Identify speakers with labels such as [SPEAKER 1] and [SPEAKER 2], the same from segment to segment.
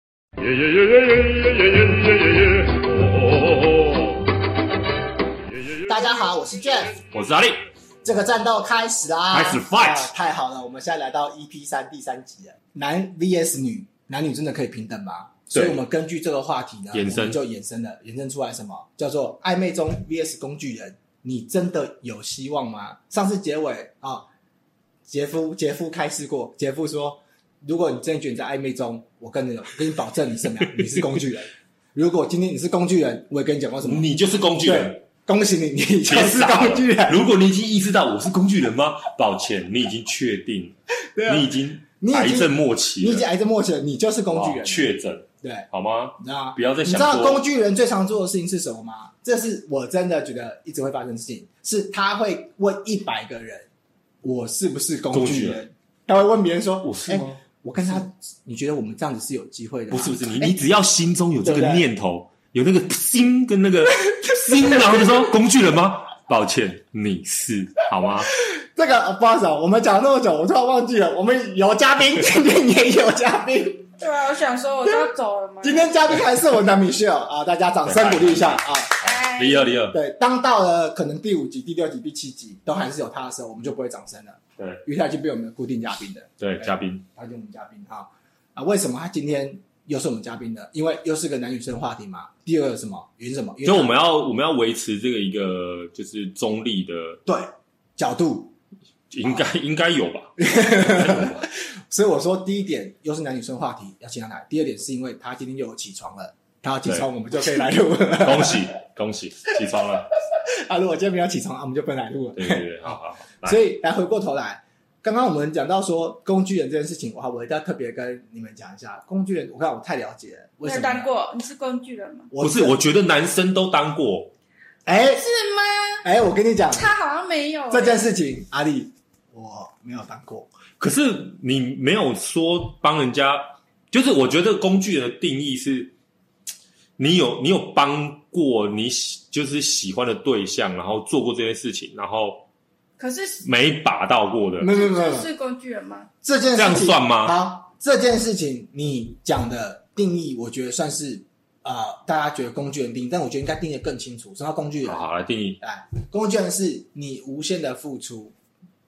[SPEAKER 1] 耶耶耶耶耶耶耶耶耶耶耶！哦，耶耶耶！
[SPEAKER 2] 大家好，我是 Jeff。
[SPEAKER 3] 我是阿力，
[SPEAKER 2] 这个战斗开始啦！
[SPEAKER 3] 开始 fight
[SPEAKER 2] 啊太好了，我们现在来到 EP 三第三集了，男 VS 女，男女真的可以平等吗？所
[SPEAKER 3] 对
[SPEAKER 2] 以我们根据这个话题呢，
[SPEAKER 3] 衍生
[SPEAKER 2] 我们就衍生了，衍生出来什么叫做暧昧中 VS 工具人？你真的有希望吗？上次结尾啊、杰夫杰夫开示过，杰夫说，如果你真的觉得你在暧昧中，我跟你跟你保证你什 么呀？你是工具人。如果今天你是工具人，我也跟你讲过什么？
[SPEAKER 3] 你就是工具人，
[SPEAKER 2] 对，恭喜你，你就
[SPEAKER 3] 别
[SPEAKER 2] 是
[SPEAKER 3] 傻了
[SPEAKER 2] 工具人。
[SPEAKER 3] 如果你已经意识到我是工具人吗？抱歉，你已经确定，
[SPEAKER 2] 对啊
[SPEAKER 3] 你已经
[SPEAKER 2] 你已经
[SPEAKER 3] 癌症末期
[SPEAKER 2] 你
[SPEAKER 3] 了，
[SPEAKER 2] 已经癌症末期了，你就是工具
[SPEAKER 3] 好
[SPEAKER 2] 人。
[SPEAKER 3] 确诊，
[SPEAKER 2] 对，
[SPEAKER 3] 好吗？
[SPEAKER 2] 那
[SPEAKER 3] 哦不要再
[SPEAKER 2] 你
[SPEAKER 3] 想
[SPEAKER 2] 知道
[SPEAKER 3] 多
[SPEAKER 2] 工具人最常做的事情是什么吗？这是我真的觉得一直会发生的事情，是他会问一百个人，我是不是工
[SPEAKER 3] 工具
[SPEAKER 2] 具
[SPEAKER 3] 人
[SPEAKER 2] 人？他会问别人说，
[SPEAKER 3] 我是
[SPEAKER 2] 哎
[SPEAKER 3] 吗？
[SPEAKER 2] 我跟他，你觉得我们这样子是有机会的吗？
[SPEAKER 3] 不是不是，你
[SPEAKER 2] 哎
[SPEAKER 3] 你只要心中有这
[SPEAKER 2] 对
[SPEAKER 3] 个
[SPEAKER 2] 不对
[SPEAKER 3] 念头，有那个心跟那个 心，然后就说工具人吗？抱歉，你是好吗？
[SPEAKER 2] 这个呃不好意思哦，我们讲了那么久，我突然忘记了，我们有嘉宾，今天也有嘉宾，
[SPEAKER 4] 对啊，我想说我就要走了嘛。
[SPEAKER 2] 今天嘉宾还是我的 Michelle 啊，大家掌声鼓励一下啊！
[SPEAKER 4] 哎
[SPEAKER 3] 李二李二，
[SPEAKER 2] 对，当到了可能第五集、第六集、第七集都还是有他的时候，我们就不会掌声了。
[SPEAKER 3] 对
[SPEAKER 2] 因为他已经变我们的固定嘉宾了，
[SPEAKER 3] 对，嘉宾
[SPEAKER 2] 他就是我们嘉宾啊啊！为什么他今天又是我们嘉宾呢？因为又是个男女生话题嘛。第二个什么原因是什么？因
[SPEAKER 3] 就
[SPEAKER 2] 为
[SPEAKER 3] 我们要我们要维持这个一个就是中立的，
[SPEAKER 2] 对角度，
[SPEAKER 3] 应该应该有 吧？应该有吧
[SPEAKER 2] 所以我说第一点又是男女生话题要请他来，第二点是因为他今天又有起床了。他要起床，我们就可以来录了。
[SPEAKER 3] 恭喜恭喜，起床了。
[SPEAKER 2] 啊，如果今天没有起床，啊我们就不能来录了。
[SPEAKER 3] 对对对，好好，来
[SPEAKER 2] 所以来回过头来，刚刚我们讲到说工具人这件事情，哇，我一定要特别跟你们讲一下工具人。我看我太了解了，为什
[SPEAKER 4] 你有
[SPEAKER 2] 么
[SPEAKER 4] 当
[SPEAKER 2] 呢？
[SPEAKER 4] 过？你是工具人吗？
[SPEAKER 2] 我
[SPEAKER 3] 不是，我觉得男生都当过，
[SPEAKER 2] 哎
[SPEAKER 4] 是吗？
[SPEAKER 2] 哎，我跟你讲
[SPEAKER 4] 他好像没有欸
[SPEAKER 2] 这件事情，阿丽，我没有当过。
[SPEAKER 3] 可是你没有说帮人家，就是我觉得工具人的定义是，你有你有帮过你喜就是喜欢的对象，然后做过这件事情，然后
[SPEAKER 4] 欸可是
[SPEAKER 3] 没把到过的，
[SPEAKER 2] 没有没有没有
[SPEAKER 4] 这
[SPEAKER 2] 没有，
[SPEAKER 4] 是工具人吗？
[SPEAKER 2] 这件事情
[SPEAKER 3] 这样算吗
[SPEAKER 2] 好，这件事情你讲的定义，我觉得算是呃，大家觉得工具人定义，但我觉得应该定义的更清楚。什么叫工具人
[SPEAKER 3] 好？好来定义，
[SPEAKER 2] 来，工具人是你无限的付出，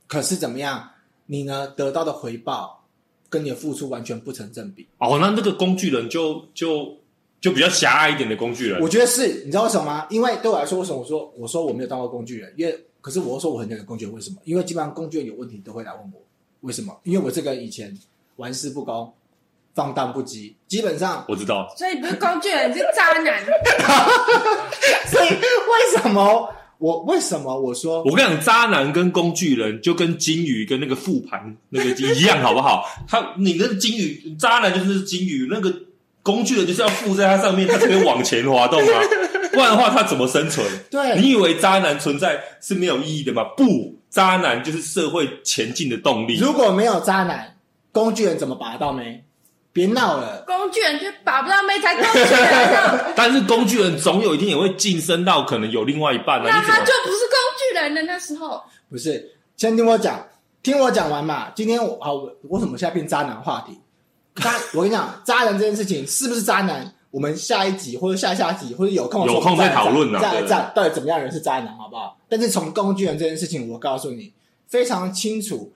[SPEAKER 2] 可是怎么样，你呢得到的回报跟你的付出完全不成正比。
[SPEAKER 3] 哦，那那个工具人就就就比较狭隘一点的工具人
[SPEAKER 2] 我，觉得是，你知道为什么吗？因为对我来说，为什么我说我说我没有当过工具人？因为可是我又说我很了解工具人，为什么？因为基本上工具人有问题都会来问我，为什么？因为我这个以前玩世不恭、放荡不羁，基本上，
[SPEAKER 3] 我知道，
[SPEAKER 4] 所以你不是工具人，你是渣男。
[SPEAKER 2] 所以为什么我为什么我说
[SPEAKER 3] 我跟你讲，渣男跟工具人就跟金鱼跟那个复盘那个一样，好不 好？他你那个金鱼，渣男就是金鱼，那个工具人就是要附在它上面，它才会往前滑 动啊，不然的话它怎么生存？
[SPEAKER 2] 对
[SPEAKER 3] 你以为渣男存在是没有意义的吗？不，渣男就是社会前进的动力。
[SPEAKER 2] 如果没有渣男，工具人怎么拔到妹？别闹了，
[SPEAKER 4] 工具人就把不到妹才工具 人呢，
[SPEAKER 3] 但是工具人总有一天也会晋升到可能有另外一半啊，
[SPEAKER 4] 那
[SPEAKER 3] 你怎
[SPEAKER 4] 他
[SPEAKER 3] 么
[SPEAKER 4] 就？不是工具人了。那时候
[SPEAKER 2] 不是？先听我讲，听我讲完嘛。今天我好，我为什么现在变渣男话题？渣， 我跟你讲，渣男这件事情是不是渣男？我们下一集或者下下集或者有空的时候
[SPEAKER 3] 有空
[SPEAKER 2] 我们来
[SPEAKER 3] 再讨论啊
[SPEAKER 2] 再来
[SPEAKER 3] 对
[SPEAKER 2] 站到底怎么样的人是渣男，好不好？但是从工具人这件事情，我告诉你非常清楚，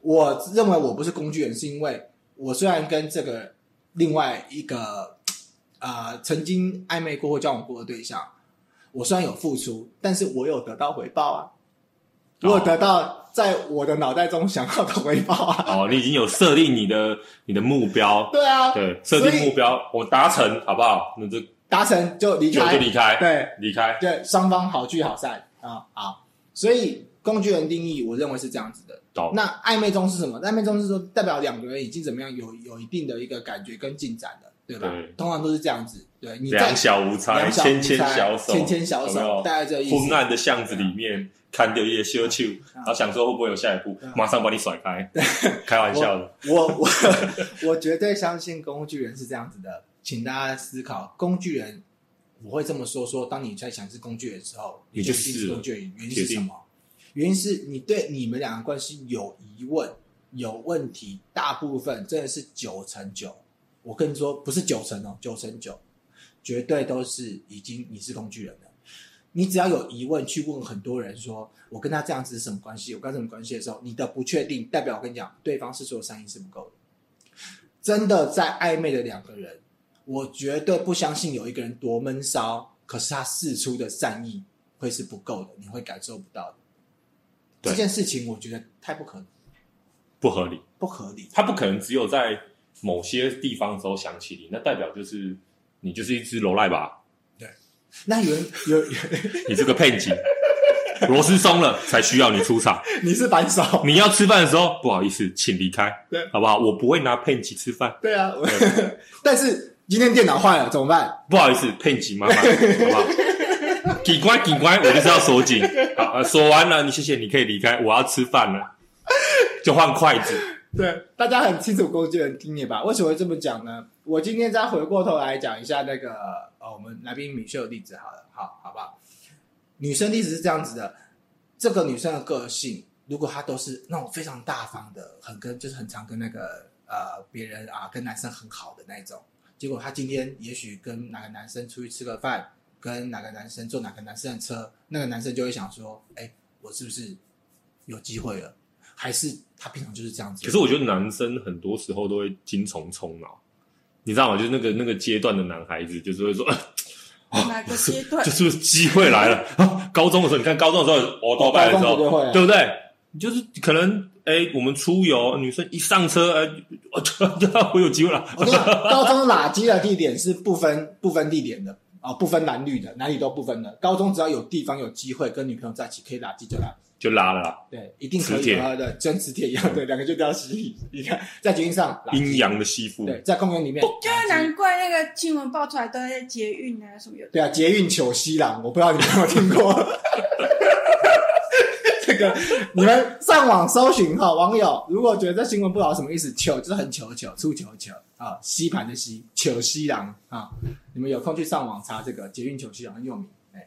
[SPEAKER 2] 我认为我不是工具人，是因为我虽然跟这个另外一个呃曾经暧昧过或交往过的对象，我虽然有付出，但是我有得到回报啊，
[SPEAKER 3] 哦
[SPEAKER 2] 我有得到在我的脑袋中想要的回报啊，
[SPEAKER 3] 哦，你已经有设定你的你的目标，
[SPEAKER 2] 对啊，
[SPEAKER 3] 对，设定
[SPEAKER 2] 所以
[SPEAKER 3] 目标，我达成好不好？那这
[SPEAKER 2] 达成就离
[SPEAKER 3] 有
[SPEAKER 2] 开，
[SPEAKER 3] 就离开，
[SPEAKER 2] 对。
[SPEAKER 3] 离开。
[SPEAKER 2] 对，双方好聚好散啊、好。所以工具人定义，我认为是这样子的。
[SPEAKER 3] 懂
[SPEAKER 2] 那暧昧中是什么？暧昧中是说代表两个人已经怎么样有有一定的一个感觉跟进展了，对吧？
[SPEAKER 3] 对
[SPEAKER 2] 通常都是这样子。对你在
[SPEAKER 3] 两小无猜，
[SPEAKER 2] 两小
[SPEAKER 3] 牵
[SPEAKER 2] 无
[SPEAKER 3] 牵
[SPEAKER 2] 猜
[SPEAKER 3] 小手，
[SPEAKER 2] 牵牵小手
[SPEAKER 3] 有没有
[SPEAKER 2] 大概这个意思啊
[SPEAKER 3] 昏暗的巷子里面看到一些小手，然后想说会不会有下一步
[SPEAKER 2] 嗯，
[SPEAKER 3] 马上把你甩开， 开玩笑的。
[SPEAKER 2] 我我 我绝对相信工具人是这样子的，请大家思考，工具人我会这么说说，当你在想是工具人的时候，
[SPEAKER 3] 你
[SPEAKER 2] 就
[SPEAKER 3] 就
[SPEAKER 2] 一定
[SPEAKER 3] 是了
[SPEAKER 2] 工具人，原因
[SPEAKER 3] 铁
[SPEAKER 2] 是
[SPEAKER 3] 定
[SPEAKER 2] 什么？原因是你对你们两个关系有疑问、有问题，大部分真的是九成九我跟你说，不是九成哦，九成九，绝对都是已经你是工具人了。你只要有疑问去问很多人说，我跟他这样子是什么关系，我跟他什么关系的时候，你的不确定代表我跟你讲，对方是说善意是不够的。真的在暧昧的两个人，我绝对不相信有一个人多闷骚，可是他试出的善意会是不够的，你会感受不到的。
[SPEAKER 3] 对
[SPEAKER 2] 这件事情我觉得太不可能，
[SPEAKER 3] 不合理。
[SPEAKER 2] 不合理。
[SPEAKER 3] 他不可能只有在某些地方的时候想起你，那代表就是你就是一只罗 赖吧，
[SPEAKER 2] 那有人 有有，
[SPEAKER 3] 你这个骗子，螺丝松了才需要你 出场。
[SPEAKER 2] 你是反手？
[SPEAKER 3] 你要吃饭的时候，不好意思，请离开
[SPEAKER 2] 对，
[SPEAKER 3] 好不好？我不会拿骗子吃饭，
[SPEAKER 2] 对啊，我 但是今天电脑坏了怎么办？
[SPEAKER 3] 不好意思，骗子 妈妈，好不好？警官，警官，我就是要锁紧。好，呃锁完了，你谢谢，你可以离开，我要吃饭了，就换筷子。
[SPEAKER 2] 对，大家很清楚工具人经验吧？为什么会这么讲呢？我今天再回过头来讲一下那个呃、我们来宾米秀的例子好了，好好不好？女生例子是这样子的，这个女生的个性，如果她都是那种非常大方的，很跟就是很常跟那个呃别人啊跟男生很好的那一种，结果她今天也许跟哪个男生出去吃个饭，跟哪个男生坐哪个男生的车，那个男生就会想说，哎、我是不是有机会了？还是他平常就是这样子？
[SPEAKER 3] 可是我觉得男生很多时候都会精虫充脑，你知道吗？就是那个那个阶段的男孩子，就是会说，呃
[SPEAKER 4] 哪个阶段
[SPEAKER 3] 就？是机会来了。啊高中的时候，你看高中的时候，我多拜的时
[SPEAKER 2] 高中绝对会
[SPEAKER 3] 候
[SPEAKER 2] 啊，
[SPEAKER 3] 对不对？你就是可能，哎，我们出游，女生一上车，哎， 我就我有机会了。
[SPEAKER 2] 我跟你讲，哦高中垃圾的地点是不分 不分地点的哦，不分男女的，男女都不分的。高中只要有地方有机会跟女朋友在一起，可以垃圾就垃圾，
[SPEAKER 3] 就拉了啦，
[SPEAKER 2] 对，一定可
[SPEAKER 3] 磁
[SPEAKER 2] 以
[SPEAKER 3] 铁
[SPEAKER 2] 的，对，跟磁铁一样，对，两个就掉洗里。你看，在捷运上垃圾，
[SPEAKER 3] 阴阳的吸附，
[SPEAKER 2] 哦对，在公园里面，
[SPEAKER 4] 就是难怪那个新闻爆出来都在捷运啊什么有
[SPEAKER 2] 对啊，捷运糗西郎，我不知道你们有没有听过。 这个你们上网搜寻哈，网友如果觉得这新闻不好什么意思，糗就是很糗糗，出糗糗啊，吸盘的吸，糗西郎啊，你们有空去上网查这个捷运糗西郎很有名哎，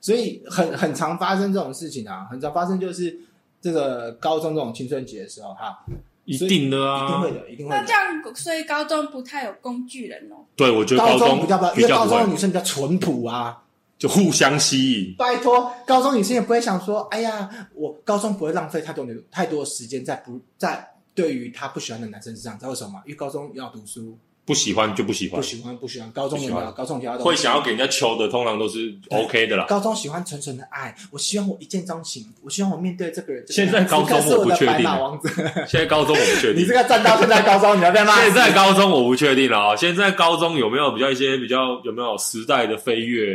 [SPEAKER 2] 所以很很常发生这种事情啊，很常发生就是这个高中这种青春期的时候哈，
[SPEAKER 3] 一定的
[SPEAKER 2] 一定
[SPEAKER 3] 啊
[SPEAKER 2] 会。的，一定会
[SPEAKER 4] 那
[SPEAKER 2] 的
[SPEAKER 4] 这。样，所以高中不太有工具人哦。
[SPEAKER 3] 对，我觉得
[SPEAKER 2] 高
[SPEAKER 3] 中
[SPEAKER 2] 比较不，因
[SPEAKER 3] 比
[SPEAKER 2] 为
[SPEAKER 3] 较
[SPEAKER 2] 高
[SPEAKER 3] 不
[SPEAKER 2] 中的
[SPEAKER 3] 会，
[SPEAKER 2] 女生比较淳朴啊，
[SPEAKER 3] 就互相吸引。
[SPEAKER 2] 拜托，高中女生也不会想说，哎呀，我高中不会浪费太多的太多的时间在不在对于她不喜欢的男生身上，你知道为什么吗？因为高中要读书，
[SPEAKER 3] 不喜欢就不喜欢
[SPEAKER 2] 不，喜欢不喜欢，高中有没
[SPEAKER 3] 不喜
[SPEAKER 2] 有？
[SPEAKER 3] 欢
[SPEAKER 2] 高中有要
[SPEAKER 3] 会想要给人家求的，通常都是 OK 的啦。
[SPEAKER 2] 高中喜欢纯纯的爱，我希望我一见钟情，我希望我面对这个人，
[SPEAKER 3] 现在高中
[SPEAKER 2] 这个人是
[SPEAKER 3] 我不确定
[SPEAKER 2] 的白马王子，
[SPEAKER 3] 现在高中我不确 定，
[SPEAKER 2] 你这个站到现在高中，你要被骂死。
[SPEAKER 3] 现在高中我不确定了啊、现在高中有没有比较一些比较有没有时代的飞跃，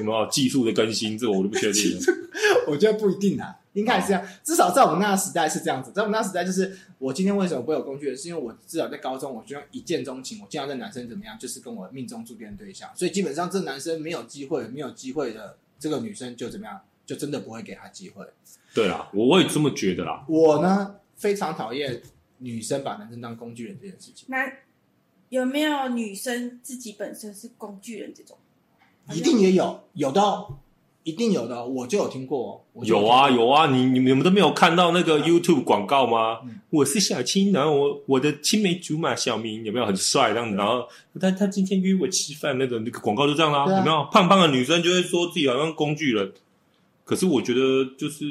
[SPEAKER 3] 有没有技术的更新，这我就不确 定了。
[SPEAKER 2] 我觉得不一定啊，应该还是这样。至少在我们那个时代是这样子，在我们那个时代就是，我今天为什么不会有工具人，是因为我至少在高中，我就要一见钟情，我见到这男生怎么样，就是跟我命中注定的对象，所以基本上这男生没有机会，没有机会的这个女生就怎么样，就真的不会给他机会。
[SPEAKER 3] 对啦，我我也这么觉得啦。
[SPEAKER 2] 我呢非常讨厌女生把男生当工具人这件事情，
[SPEAKER 4] 那有没有女生自己本身是工具人这种？
[SPEAKER 2] 一定也有，有的哦、一定有的哦、我就有听过、哦，我就
[SPEAKER 3] 有啊有啊，你你你们都没有看到那个 YouTube 广告吗？
[SPEAKER 2] 嗯
[SPEAKER 3] 我是小青，然后我我的青梅竹马小明有没有很帅
[SPEAKER 2] 嗯
[SPEAKER 3] 这样子？然后他他今天约我吃饭那种那个广告就这样啦、
[SPEAKER 2] 对啊
[SPEAKER 3] 有没有？胖胖的女生就会说自己好像工具人，可是我觉得就是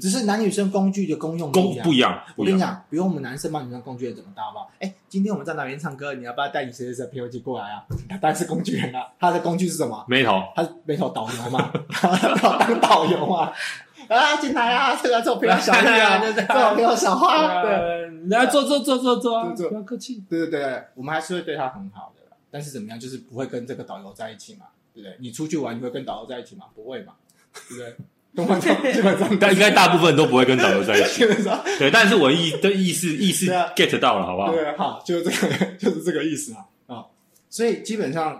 [SPEAKER 2] 只是男女生工具的功用不
[SPEAKER 3] 工
[SPEAKER 2] 一样
[SPEAKER 3] 不一样，
[SPEAKER 2] 我
[SPEAKER 3] 不一
[SPEAKER 2] 跟你
[SPEAKER 3] 样。
[SPEAKER 2] 讲，不用我们男生帮女生工具人怎么搭吧？哎、今天我们在哪边唱歌？你要不要带你谁谁谁朋友一起过来啊？他当然是工具人啊，他的工具是什么？
[SPEAKER 3] 眉头，
[SPEAKER 2] 他是没头导游嘛， 他当导游嘛。啊，进来啊，这个做朋友小丽啊，
[SPEAKER 3] 对对对
[SPEAKER 2] 做我朋友小花啊，对
[SPEAKER 3] 对，来坐坐坐坐坐啊，
[SPEAKER 2] 坐坐
[SPEAKER 3] 不要客气。
[SPEAKER 2] 对对对对，我们还是会对他很好的啦，但是怎么样，就是不会跟这个导游在一起嘛，对不对？你出去玩，你会跟导游在一起吗？不会嘛，对不 对？东方基本上
[SPEAKER 3] 但应该大部分都不会跟导游在一
[SPEAKER 2] 基
[SPEAKER 3] 起，
[SPEAKER 2] 本上
[SPEAKER 3] 对。但是我意的意思意思
[SPEAKER 2] 对啊
[SPEAKER 3] get 到了，好不好？
[SPEAKER 2] 对，好，就是这个， 就是这个意思啊。啊、所以基本上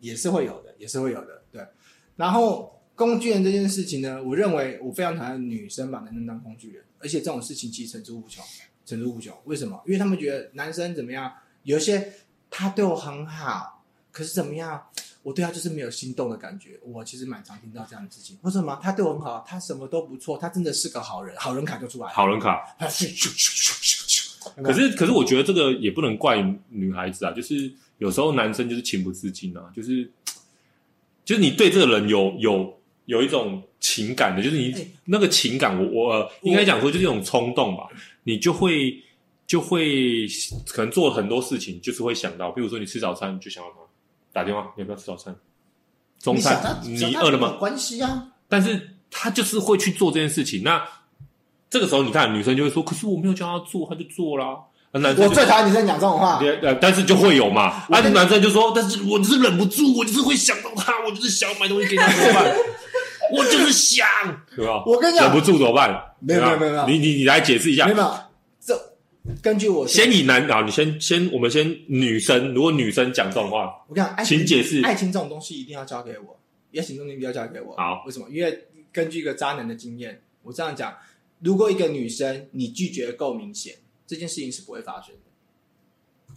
[SPEAKER 2] 也是会有的，也是会有的。对，然后工具人这件事情呢，我认为我非常讨厌女生把男生当工具人，而且这种事情其实层出不穷，层出不穷。为什么？因为他们觉得男生怎么样，有一些他对我很好，可是怎么样？我对他就是没有心动的感觉，我其实蛮常听到这样的事情。为什么？他对我很好，他什么都不错，他真的是个好人，好人卡就出来了。
[SPEAKER 3] 好人卡。
[SPEAKER 2] 咻咻咻咻咻咻咻有没
[SPEAKER 3] 可
[SPEAKER 2] 有
[SPEAKER 3] 是可是我觉得这个也不能怪女孩子啊，就是有时候男生就是情不自禁啊，就是就是你对这个人有有有一种情感的，就是你、
[SPEAKER 2] 哎
[SPEAKER 3] 那个情感我，我呃应该讲说就是一种冲动吧，你就会就会可能做很多事情，就是会想到，比如说你吃早餐，你就想到他打电话，你要不要吃早餐？中
[SPEAKER 2] 你想
[SPEAKER 3] 餐
[SPEAKER 2] 他，想
[SPEAKER 3] 你
[SPEAKER 2] 他
[SPEAKER 3] 饿了
[SPEAKER 2] 没有
[SPEAKER 3] 吗？
[SPEAKER 2] 关系啊，
[SPEAKER 3] 但是他就是会去做这件事情。那这个时候，你看女生就会说：“可是我没有叫他做，他就做啦。”那男生
[SPEAKER 2] 我
[SPEAKER 3] 就
[SPEAKER 2] 最讨厌女生讲这种话。
[SPEAKER 3] 呃，但是就会有嘛。
[SPEAKER 2] 我
[SPEAKER 3] 啊，
[SPEAKER 2] 跟
[SPEAKER 3] 男生就说：“但是我就是忍不住，我就是会想到他，我就是想买东西给他，怎 么办？我就是想，对吧？
[SPEAKER 2] 我跟你
[SPEAKER 3] 啊忍
[SPEAKER 2] 讲
[SPEAKER 3] 不，住怎么办？
[SPEAKER 2] 没有没有
[SPEAKER 3] 对吧
[SPEAKER 2] 没有没有
[SPEAKER 3] 你你你来解释一下
[SPEAKER 2] 没有。没有，这根据我
[SPEAKER 3] 先以男啊，你先先，我们先女生，如果女生讲这种话，
[SPEAKER 2] 我跟你讲，爱情
[SPEAKER 3] 请解释。
[SPEAKER 2] 爱情这种东西一定要交给我，也请中间不要交给我。
[SPEAKER 3] 好，
[SPEAKER 2] 为什么？因为根据一个渣男的经验，我这样讲，如果一个女生你拒绝得够明显，这件事情是不会发生的。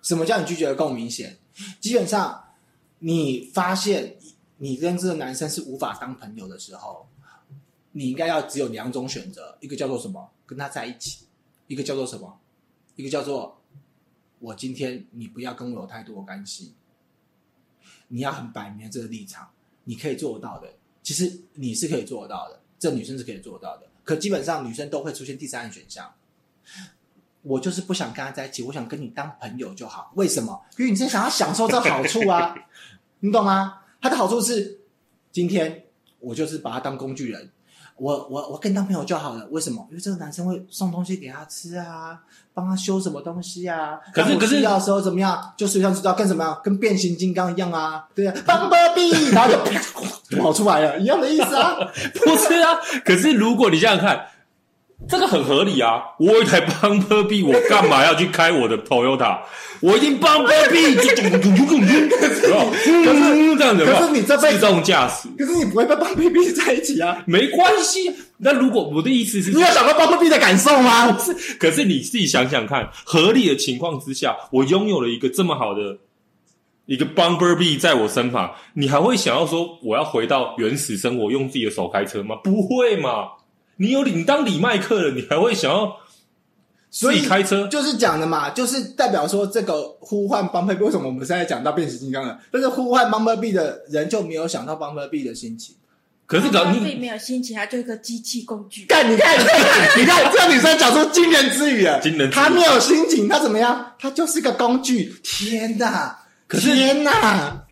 [SPEAKER 2] 什么叫你拒绝的够明显？基本上你发现你跟这个男生是无法当朋友的时候，你应该要只有两种选择，一个叫做什么跟他在一起，一个叫做什么，一个叫做我今天你不要跟我有太多的干系。你要很摆明这个立场，你可以做得到的。其实你是可以做得到的，这女生是可以做得到的。可基本上女生都会出现第三个选项，我就是不想跟他在一起，我想跟你当朋友就好。为什么？因为你真想要享受这好处 啊，你懂吗？它的好处是，今天我就是把他当工具人，我我我跟你当朋友就好了。为什么？因为这个男生会送东西给他吃啊，帮他修什么东西啊。
[SPEAKER 3] 可是
[SPEAKER 2] 当我
[SPEAKER 3] 可是
[SPEAKER 2] 需要的时候怎么样？就水上知道跟什么样，跟变形金刚一样啊，对啊，Bumblebee，然后就啪就 跑出来了，一样的意思 啊。
[SPEAKER 3] 不是啊，可是如果你想想看，这个很合理啊。我有一台 Bumper B，我干嘛要去开我的 Toyota？我一定 Bumper B，就咚咚咚咚咚，有没有可是这样子有没有，
[SPEAKER 2] 可是你这辈子
[SPEAKER 3] 自动驾驶
[SPEAKER 2] 可是你不会跟 Bumblebee 在一起啊。
[SPEAKER 3] 没关系。那如果我的意思是
[SPEAKER 2] 你，有想过 Bumblebee 的感受吗？
[SPEAKER 3] 可是你自己想想看，合理的情况之下，我拥有了一个这么好的。一个 Bumper B 在我身旁，你还会想要说我要回到原始生活，用自己的手开车吗？不会嘛！你有你当李麦克了，你还会想要
[SPEAKER 2] 所
[SPEAKER 3] 自
[SPEAKER 2] 以
[SPEAKER 3] 己开车？
[SPEAKER 2] 就是讲的嘛，就是代表说这个呼唤 Bumblebee，为什么我们现在讲到变形金刚了？但是呼唤 Bumblebee 的人就没有想到 Bumblebee 的心情。
[SPEAKER 3] 可是搞
[SPEAKER 4] 他自己
[SPEAKER 3] 你
[SPEAKER 4] 没有心情，他就一个机器工具。
[SPEAKER 2] 干，你看，你看，你看，这女生讲出惊人之语了。
[SPEAKER 3] 惊人之语
[SPEAKER 2] 她没有心情，她怎么样？她就是个工具。天哪！
[SPEAKER 3] 可是
[SPEAKER 2] 天哪！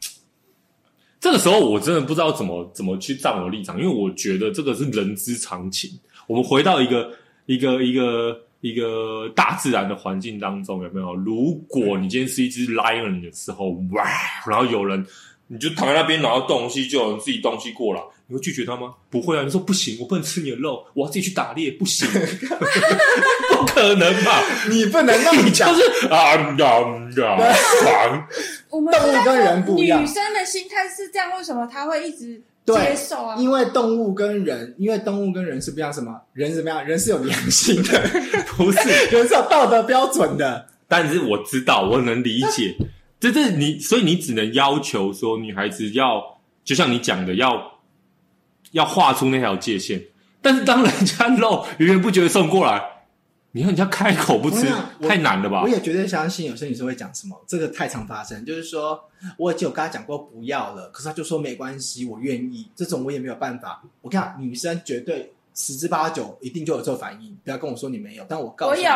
[SPEAKER 3] 这个时候我真的不知道怎么怎么去站我的立场，因为我觉得这个是人之常情。我们回到一个一个一个一个大自然的环境当中，有没有？如果你今天是一只 lion 的时候，哇，然后有人你就躺在那边，然后东西就有人自己东西过来，你会拒绝他吗？不会啊，你说不行，我不能吃你的肉，我要自己去打猎，不行，不可能吧？
[SPEAKER 2] 你不能那么
[SPEAKER 3] 你就
[SPEAKER 2] 讲。
[SPEAKER 3] 是啊啊啊，爽。
[SPEAKER 4] 我们
[SPEAKER 2] 动物跟人不一样
[SPEAKER 4] 女生的心态是这样，为什么她会一直
[SPEAKER 2] 对
[SPEAKER 4] 接受啊？
[SPEAKER 2] 因为动物跟人，因为动物跟人是不一样，什么人怎么样？人是有良心的，
[SPEAKER 3] 不是，
[SPEAKER 2] 人是有道德标准的。
[SPEAKER 3] 但是我知道，我能理解，这这你，所以你只能要求说，女孩子要就像你讲的，要要画出那条界限。但是当人家肉源源不绝的送过来，你让人家开口不吃
[SPEAKER 2] 我想，我
[SPEAKER 3] 太难了吧
[SPEAKER 2] 我？也绝对相信有些女生会讲什么，这个太常发生。就是说，我已经有跟她讲过不要了，可是她就说没关系，我愿意。这种我也没有办法。我跟你讲，女生绝对十之八九一定就有这种反应，不要跟我说你没有。但我告诉
[SPEAKER 4] 我
[SPEAKER 2] 你，
[SPEAKER 4] 有，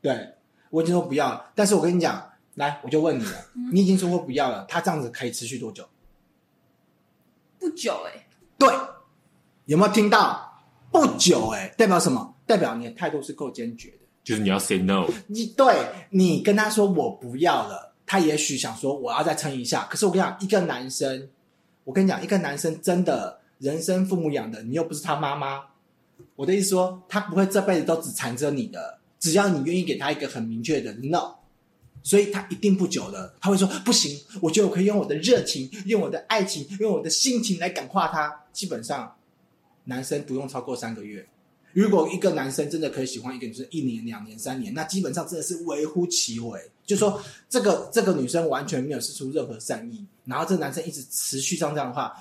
[SPEAKER 2] 对我已经说不要了。但是我跟你讲，来，我就问你了，你已经说过不要了，她这样子可以持续多久？
[SPEAKER 4] 不久哎、
[SPEAKER 2] 对，有没有听到？不久哎、代表什么？代表你的态度是够坚决的。
[SPEAKER 3] 就是你要 say no，
[SPEAKER 2] 你对你跟他说我不要了，他也许想说我要再撑一下。可是我跟你讲，一个男生，我跟你讲，一个男生真的人生父母养的，你又不是他妈妈。我的意思说，他不会这辈子都只缠着你的，只要你愿意给他一个很明确的 no，所以他一定不久的，他会说不行，我觉得我可以用我的热情、用我的爱情、用我的心情来感化他。基本上，男生不用超过三个月，如果一个男生真的可以喜欢一个女生一年、两年、三年，那基本上真的是微乎其微。就说这个这个女生完全没有施出任何善意，然后这个男生一直持续上这样的话，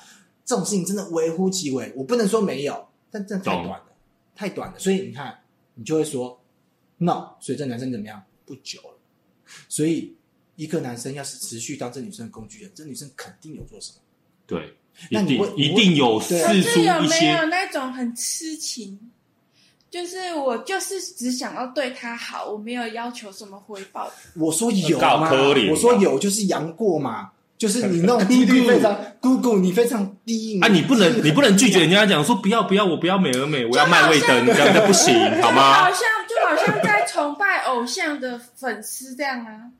[SPEAKER 2] 这种事情真的微乎其微。我不能说没有，但真的太
[SPEAKER 3] 懂
[SPEAKER 2] 短了，太短了。所以你看，你就会说 no，所以这男生怎么样？不久了。所以一个男生要是持续当这女生的工具人，这女生肯定有做什么。
[SPEAKER 3] 对，一
[SPEAKER 2] 那你
[SPEAKER 3] 定
[SPEAKER 2] 会
[SPEAKER 3] 一定有
[SPEAKER 2] 对啊
[SPEAKER 4] 可
[SPEAKER 3] 试出
[SPEAKER 4] 是有
[SPEAKER 3] 一
[SPEAKER 4] 没有
[SPEAKER 3] 些，
[SPEAKER 4] 那种很痴情？就是我就是只想要对他好，我没有要求什么回报。
[SPEAKER 2] 我说有
[SPEAKER 3] 搞
[SPEAKER 2] 嘛
[SPEAKER 3] 科林，
[SPEAKER 2] 我说有就是杨过嘛，就是 你那种几率非常 Google，你非常低
[SPEAKER 3] 啊，你不能你不能拒绝人
[SPEAKER 2] 家。
[SPEAKER 3] 家讲说不要不要，我不要美而美，我要卖味登，这样就不行，好
[SPEAKER 4] 就
[SPEAKER 3] 吗
[SPEAKER 4] 好？像就好像在崇拜偶像的粉丝这样啊。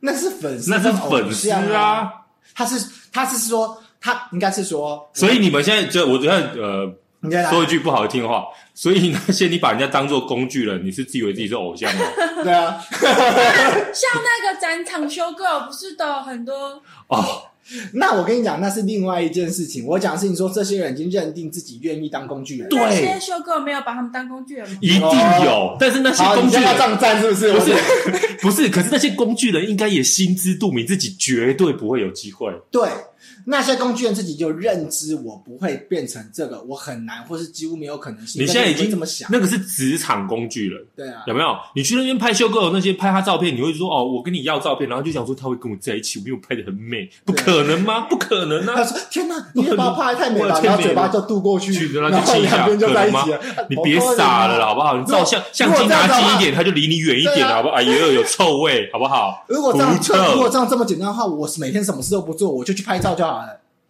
[SPEAKER 2] 那是粉丝，
[SPEAKER 3] 那是粉
[SPEAKER 2] 偶
[SPEAKER 3] 丝
[SPEAKER 2] 像啊。
[SPEAKER 3] 啊，
[SPEAKER 2] 他是他是说他应该是说，
[SPEAKER 3] 所以你们现在这，我觉得呃，
[SPEAKER 2] 你在哪
[SPEAKER 3] 说一句不好听的话，所以那些你把人家当做工具人，你是自以为自己是偶像 吗？
[SPEAKER 2] 对啊，
[SPEAKER 4] 像那个展场修 girl 不是都有很多
[SPEAKER 3] 哦，
[SPEAKER 2] 那我跟你讲，那是另外一件事情。我讲的是你说这些人已经认定自己愿意当工具人，
[SPEAKER 3] 对
[SPEAKER 4] 那些修 girl 没有把他们当工具人吗？
[SPEAKER 3] 一定有，但是那些
[SPEAKER 2] 好，
[SPEAKER 3] 啊工
[SPEAKER 2] 你
[SPEAKER 3] 具
[SPEAKER 2] 现哦在要
[SPEAKER 3] 人
[SPEAKER 2] 这样站是不是？
[SPEAKER 3] 不是不是，可是那些工具人应该也心知肚明，自己绝对不会有机会。
[SPEAKER 2] 对，那些工具人自己就认知我不会变成这个，我很难，或是几乎没有可能性。
[SPEAKER 3] 你现在已
[SPEAKER 2] 但是我
[SPEAKER 3] 经
[SPEAKER 2] 会这么想，
[SPEAKER 3] 那个是职场工具人，
[SPEAKER 2] 对啊，
[SPEAKER 3] 有没有？你去那边拍修狗那些拍他照片，你会说哦，我跟你要照片，然后就想说他会跟我在一起，因为我拍的很美，不可能 吗？不可能
[SPEAKER 2] 他
[SPEAKER 3] 啊！
[SPEAKER 2] 说：“天哪，你也把我拍的太美
[SPEAKER 3] 我
[SPEAKER 2] 了。”
[SPEAKER 3] 天
[SPEAKER 2] 然
[SPEAKER 3] 哪
[SPEAKER 2] 后嘴巴就渡过去
[SPEAKER 3] 去，的那
[SPEAKER 2] 然
[SPEAKER 3] 就
[SPEAKER 2] 后
[SPEAKER 3] 亲一
[SPEAKER 2] 两
[SPEAKER 3] 下，
[SPEAKER 2] 边就
[SPEAKER 3] 可
[SPEAKER 2] 在
[SPEAKER 3] 能
[SPEAKER 2] 一
[SPEAKER 3] 吗
[SPEAKER 2] 起了。？
[SPEAKER 3] 你别傻了啦，好不好？你照相
[SPEAKER 2] 啊如
[SPEAKER 3] 相
[SPEAKER 2] 果
[SPEAKER 3] 机拿
[SPEAKER 2] 这样的
[SPEAKER 3] 近
[SPEAKER 2] 话
[SPEAKER 3] 一点，他就离你远一点
[SPEAKER 2] 对
[SPEAKER 3] 了，
[SPEAKER 2] 啊
[SPEAKER 3] 好不好？哎呦，有臭味，好不好？
[SPEAKER 2] 如果这样
[SPEAKER 3] 不，错
[SPEAKER 2] 如果这样这么简单的话，我是每天什么事都不做，我就去拍照就好了。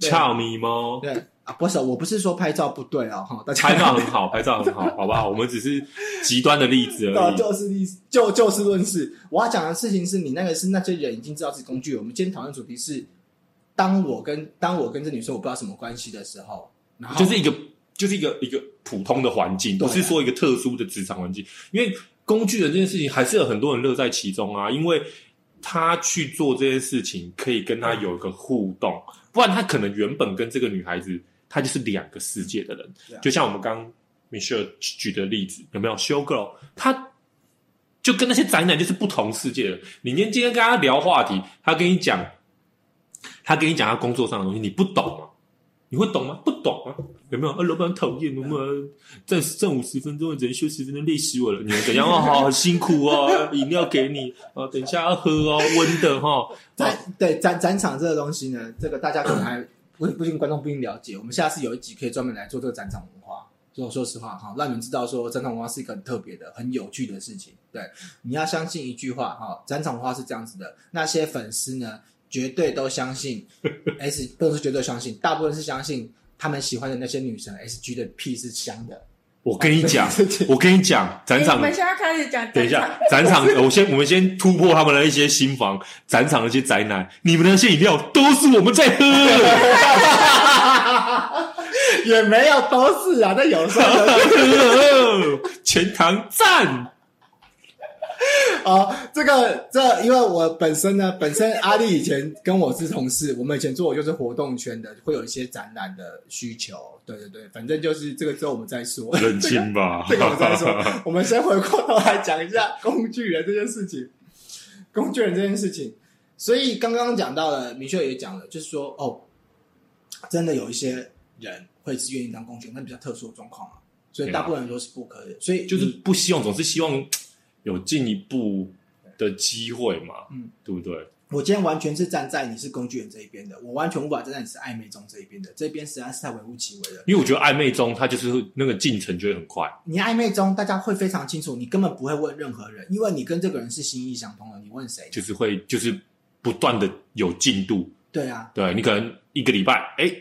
[SPEAKER 2] 对啊
[SPEAKER 3] 俏咪猫，
[SPEAKER 2] 对啊，不是，我不是说拍照不对哦，哈，大家
[SPEAKER 3] 拍照很好，拍照很好，好不好？我们只是极端的例子而
[SPEAKER 2] 啊，
[SPEAKER 3] 已。
[SPEAKER 2] 就事论事，就就事论事。我要讲的事情是你那个是那些人已经知道是工具。我们今天讨论主题是，当我跟当我跟这女生我不知道什么关系的时候，然后
[SPEAKER 3] 就是一个就是一个一个普通的环境，
[SPEAKER 2] 对
[SPEAKER 3] 不
[SPEAKER 2] 啊
[SPEAKER 3] 是说一个特殊的职场环境。因为工具人这件事情还是有很多人乐在其中啊，因为他去做这件事情可以跟他有一个互动，不然他可能原本跟这个女孩子他就是两个世界的人。
[SPEAKER 2] 对啊
[SPEAKER 3] 就像我们刚 Michelle 举的例子，有没有修 girl？他就跟那些宅男就是不同世界的。你今天今天跟他聊话题，他跟你讲，他跟你讲他工作上的东西，你不懂吗？你会懂吗？不懂啊，有没有？啊，老板讨厌，有啊没有？站站五十分钟，只能休十分钟，累死我了。你们怎样？哦，好好辛苦哦，饮料给你哦，等一下要喝哦，温的哈、哦。
[SPEAKER 2] 展对展展场这个东西呢，这个大家可能还不不一定观众不一定了解。我们下次有一集可以专门来做这个展场文化。所以我说实话哈，让你们知道说展场文化是一个很特别的、很有趣的事情。对，你要相信一句话哈，展场文化是这样子的。那些粉丝呢，绝对都相信 S，不能说绝对相信，大部分是相信他们喜欢的那些女神 SG 的屁是香的。
[SPEAKER 3] 我跟你讲，我跟你讲，展
[SPEAKER 4] 诶
[SPEAKER 3] 场
[SPEAKER 4] 我哎们现在开始讲
[SPEAKER 3] 等
[SPEAKER 4] 展
[SPEAKER 3] 一
[SPEAKER 4] 场
[SPEAKER 3] 下，，展场，呃我先我们先突破他们的一些心防，展场的一些宅男，你们的那些饮料都是我们在喝，
[SPEAKER 2] 也没有都是啊，但有时候有
[SPEAKER 3] 全糖赞，
[SPEAKER 2] 哦，这个这，因为我本身呢，本身阿丽以前跟我是同事，我们以前做的就是活动圈的，会有一些展览的需求。对对对，反正就是这个之后我们再说，
[SPEAKER 3] 冷清吧。
[SPEAKER 2] 啊这个我们再说。我们先回过头来讲一下工具人这件事情。工具人这件事情，所以刚刚讲到了，明确也讲了，就是说哦，真的有一些人会是愿意当工具人，那比较特殊的状况嘛，所以大部分人都是不可以的，所以
[SPEAKER 3] 就是
[SPEAKER 2] 你
[SPEAKER 3] 不希望，总是希望有进一步的机会嘛，
[SPEAKER 2] 嗯，
[SPEAKER 3] 对不对？
[SPEAKER 2] 我今天完全是站在你是工具人这一边的，我完全无法站在你是暧昧中这一边的，这边实在是太微乎其微了。
[SPEAKER 3] 因为我觉得暧昧中，他就是会那个进程就会很快，
[SPEAKER 2] 你暧昧中，大家会非常清楚，你根本不会问任何人，因为你跟这个人是心意相通的，你问谁？
[SPEAKER 3] 就是会就是不断的有进度，
[SPEAKER 2] 对啊，
[SPEAKER 3] 对你可能一个礼拜哎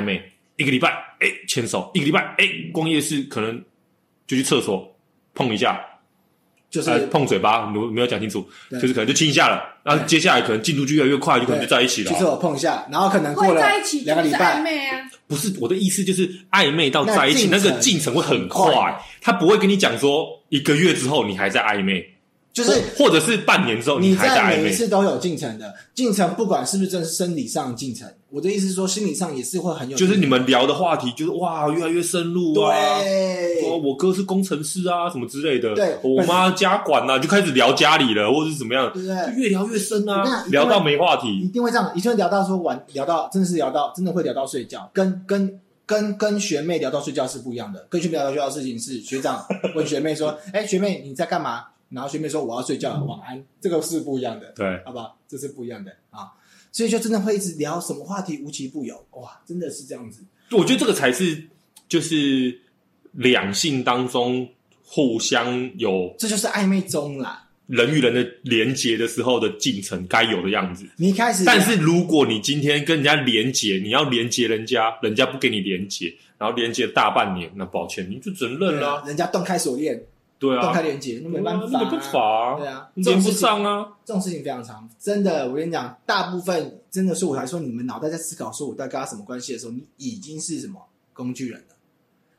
[SPEAKER 3] 暧昧，一个礼拜哎牵手，一个礼拜哎逛夜市，可能就去厕所碰一下，
[SPEAKER 2] 就是、
[SPEAKER 3] 呃碰嘴巴，没有没有讲清楚，
[SPEAKER 2] 对
[SPEAKER 3] 就是可能就亲一下了，然后接下来可能进度就越来越快，就可能就在一起了
[SPEAKER 2] 就。是我碰一下，然后可能过
[SPEAKER 4] 会
[SPEAKER 2] 了
[SPEAKER 4] 在一起
[SPEAKER 2] 两个
[SPEAKER 4] 就
[SPEAKER 2] 礼
[SPEAKER 4] 是暧
[SPEAKER 2] 拜，
[SPEAKER 4] 昧啊。
[SPEAKER 3] 不是我的意思，就是暧昧到在一起那
[SPEAKER 2] 那进程
[SPEAKER 3] 个进程会很
[SPEAKER 2] 很
[SPEAKER 3] 快
[SPEAKER 2] 快，
[SPEAKER 3] 他不会跟你讲说一个月之后你还在暧昧，
[SPEAKER 2] 就是
[SPEAKER 3] 或或者是半年之后
[SPEAKER 2] 你
[SPEAKER 3] 还在
[SPEAKER 2] 在
[SPEAKER 3] 暧
[SPEAKER 2] 每
[SPEAKER 3] 昧
[SPEAKER 2] 一。次都有进程的，进程不管是不是真是生理上的进程，我的意思是说心理上也是会很有
[SPEAKER 3] 就
[SPEAKER 2] 进程，
[SPEAKER 3] 是你们聊的话题，就是哇，越来越深入啊。说
[SPEAKER 2] 对
[SPEAKER 3] 我哥是工程师啊，什么之类的。
[SPEAKER 2] 对
[SPEAKER 3] 我妈家管啊，就开始聊家里了，或者是怎么样，
[SPEAKER 2] 对不对
[SPEAKER 3] 就？越聊越深
[SPEAKER 2] 我跟你
[SPEAKER 3] 啊，
[SPEAKER 2] 讲
[SPEAKER 3] 聊到没话
[SPEAKER 2] 一
[SPEAKER 3] 题。
[SPEAKER 2] 定会这样，一定会聊到说玩，聊到真的是聊到真的会聊到睡觉，跟跟跟跟学妹 聊到睡觉是不一样的，跟学妹聊到睡觉的事情是学长问学妹说，哎、学妹你在干嘛？然后学妹说我要睡觉了，晚安， 这个是不一样的，
[SPEAKER 3] 对，
[SPEAKER 2] 好吧？这是不一样的啊。所以就真的会一直聊什么话题无奇不有，哇，真的是这样子。
[SPEAKER 3] 我觉得这个才是就是两性当中互相有
[SPEAKER 2] 这就是暧昧中啦。
[SPEAKER 3] 人与人的连结的时候的进程该有的样子。
[SPEAKER 2] 你一开始，
[SPEAKER 3] 但是如果你今天跟人家连结，你要连结人家，人家不给你连结，然后连结大半年，那抱歉，你就只能认
[SPEAKER 2] 对
[SPEAKER 3] 了、
[SPEAKER 2] 啊，人家断开锁链，
[SPEAKER 3] 对
[SPEAKER 2] 断
[SPEAKER 3] 啊，
[SPEAKER 2] 开连接，那没办法、
[SPEAKER 3] 对
[SPEAKER 2] 啊，
[SPEAKER 3] 啊没办法
[SPEAKER 2] 对
[SPEAKER 3] 啊，
[SPEAKER 2] 啊，这
[SPEAKER 3] 连
[SPEAKER 2] 种
[SPEAKER 3] 不
[SPEAKER 2] 事情，
[SPEAKER 3] 上啊，
[SPEAKER 2] 这种事情非常长，真的，我跟你讲，大部分真的是我才说，你们脑袋在思考说我在跟他什么关系的时候，你已经是什么工具人了，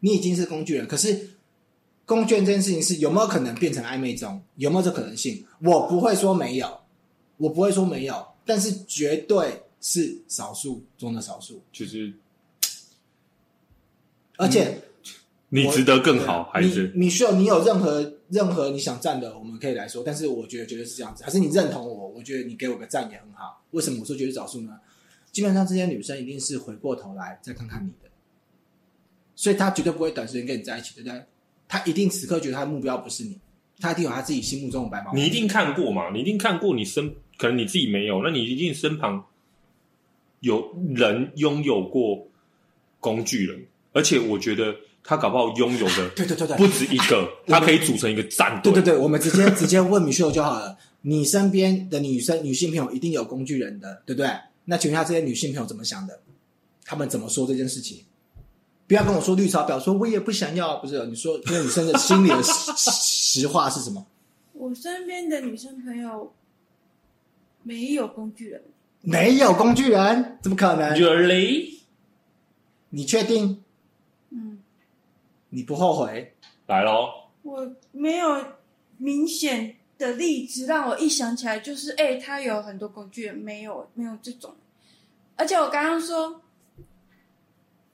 [SPEAKER 2] 你已经是工具人，可是。工具人这件事情是有没有可能变成暧昧中？有没有这可能性？我不会说没有，我不会说没有，但是绝对是少数中的少数，
[SPEAKER 3] 就是
[SPEAKER 2] 而且、
[SPEAKER 3] 你值得更好，
[SPEAKER 2] 对
[SPEAKER 3] 还是
[SPEAKER 2] 你你需要你有任何任何你想赞的，我们可以来说。但是我觉得绝对是这样子，还是你认同我？我觉得你给我个赞也很好。为什么我说绝对少数呢？基本上这些女生一定是回过头来再看看你的，所以她绝对不会短时间跟你在一起，对不对？她一定此刻觉得她的目标不是你，她一定有她自己心目中的白马王。
[SPEAKER 3] 你一定看过嘛？你一定看过，你身可能你自己没有，那你一定身旁有人拥有过工具人，而且我觉得他搞不好拥有的
[SPEAKER 2] 对对对对，
[SPEAKER 3] 不止一个，他可以组成一个战队。
[SPEAKER 2] 对对对，我们直 接直接问米秀就好了。你身边的女生、女性朋友一定有工具人的，对不对？那请问一下，这些女性朋友怎么想的？她们怎么说这件事情？不要跟我说绿茶婊，说我也不想要，不是？你说这些女生的心里的实 实话是什么？
[SPEAKER 4] 我身边的女生朋友没有工具人，
[SPEAKER 2] 没有工具人，怎么可能？
[SPEAKER 3] Really？
[SPEAKER 2] 你确定？
[SPEAKER 4] 嗯，
[SPEAKER 2] 你不后悔？
[SPEAKER 3] 来咯，
[SPEAKER 4] 我没有明显的例子让我一想起来就是，哎、他有很多工具人，没有没有这种。而且我刚刚说，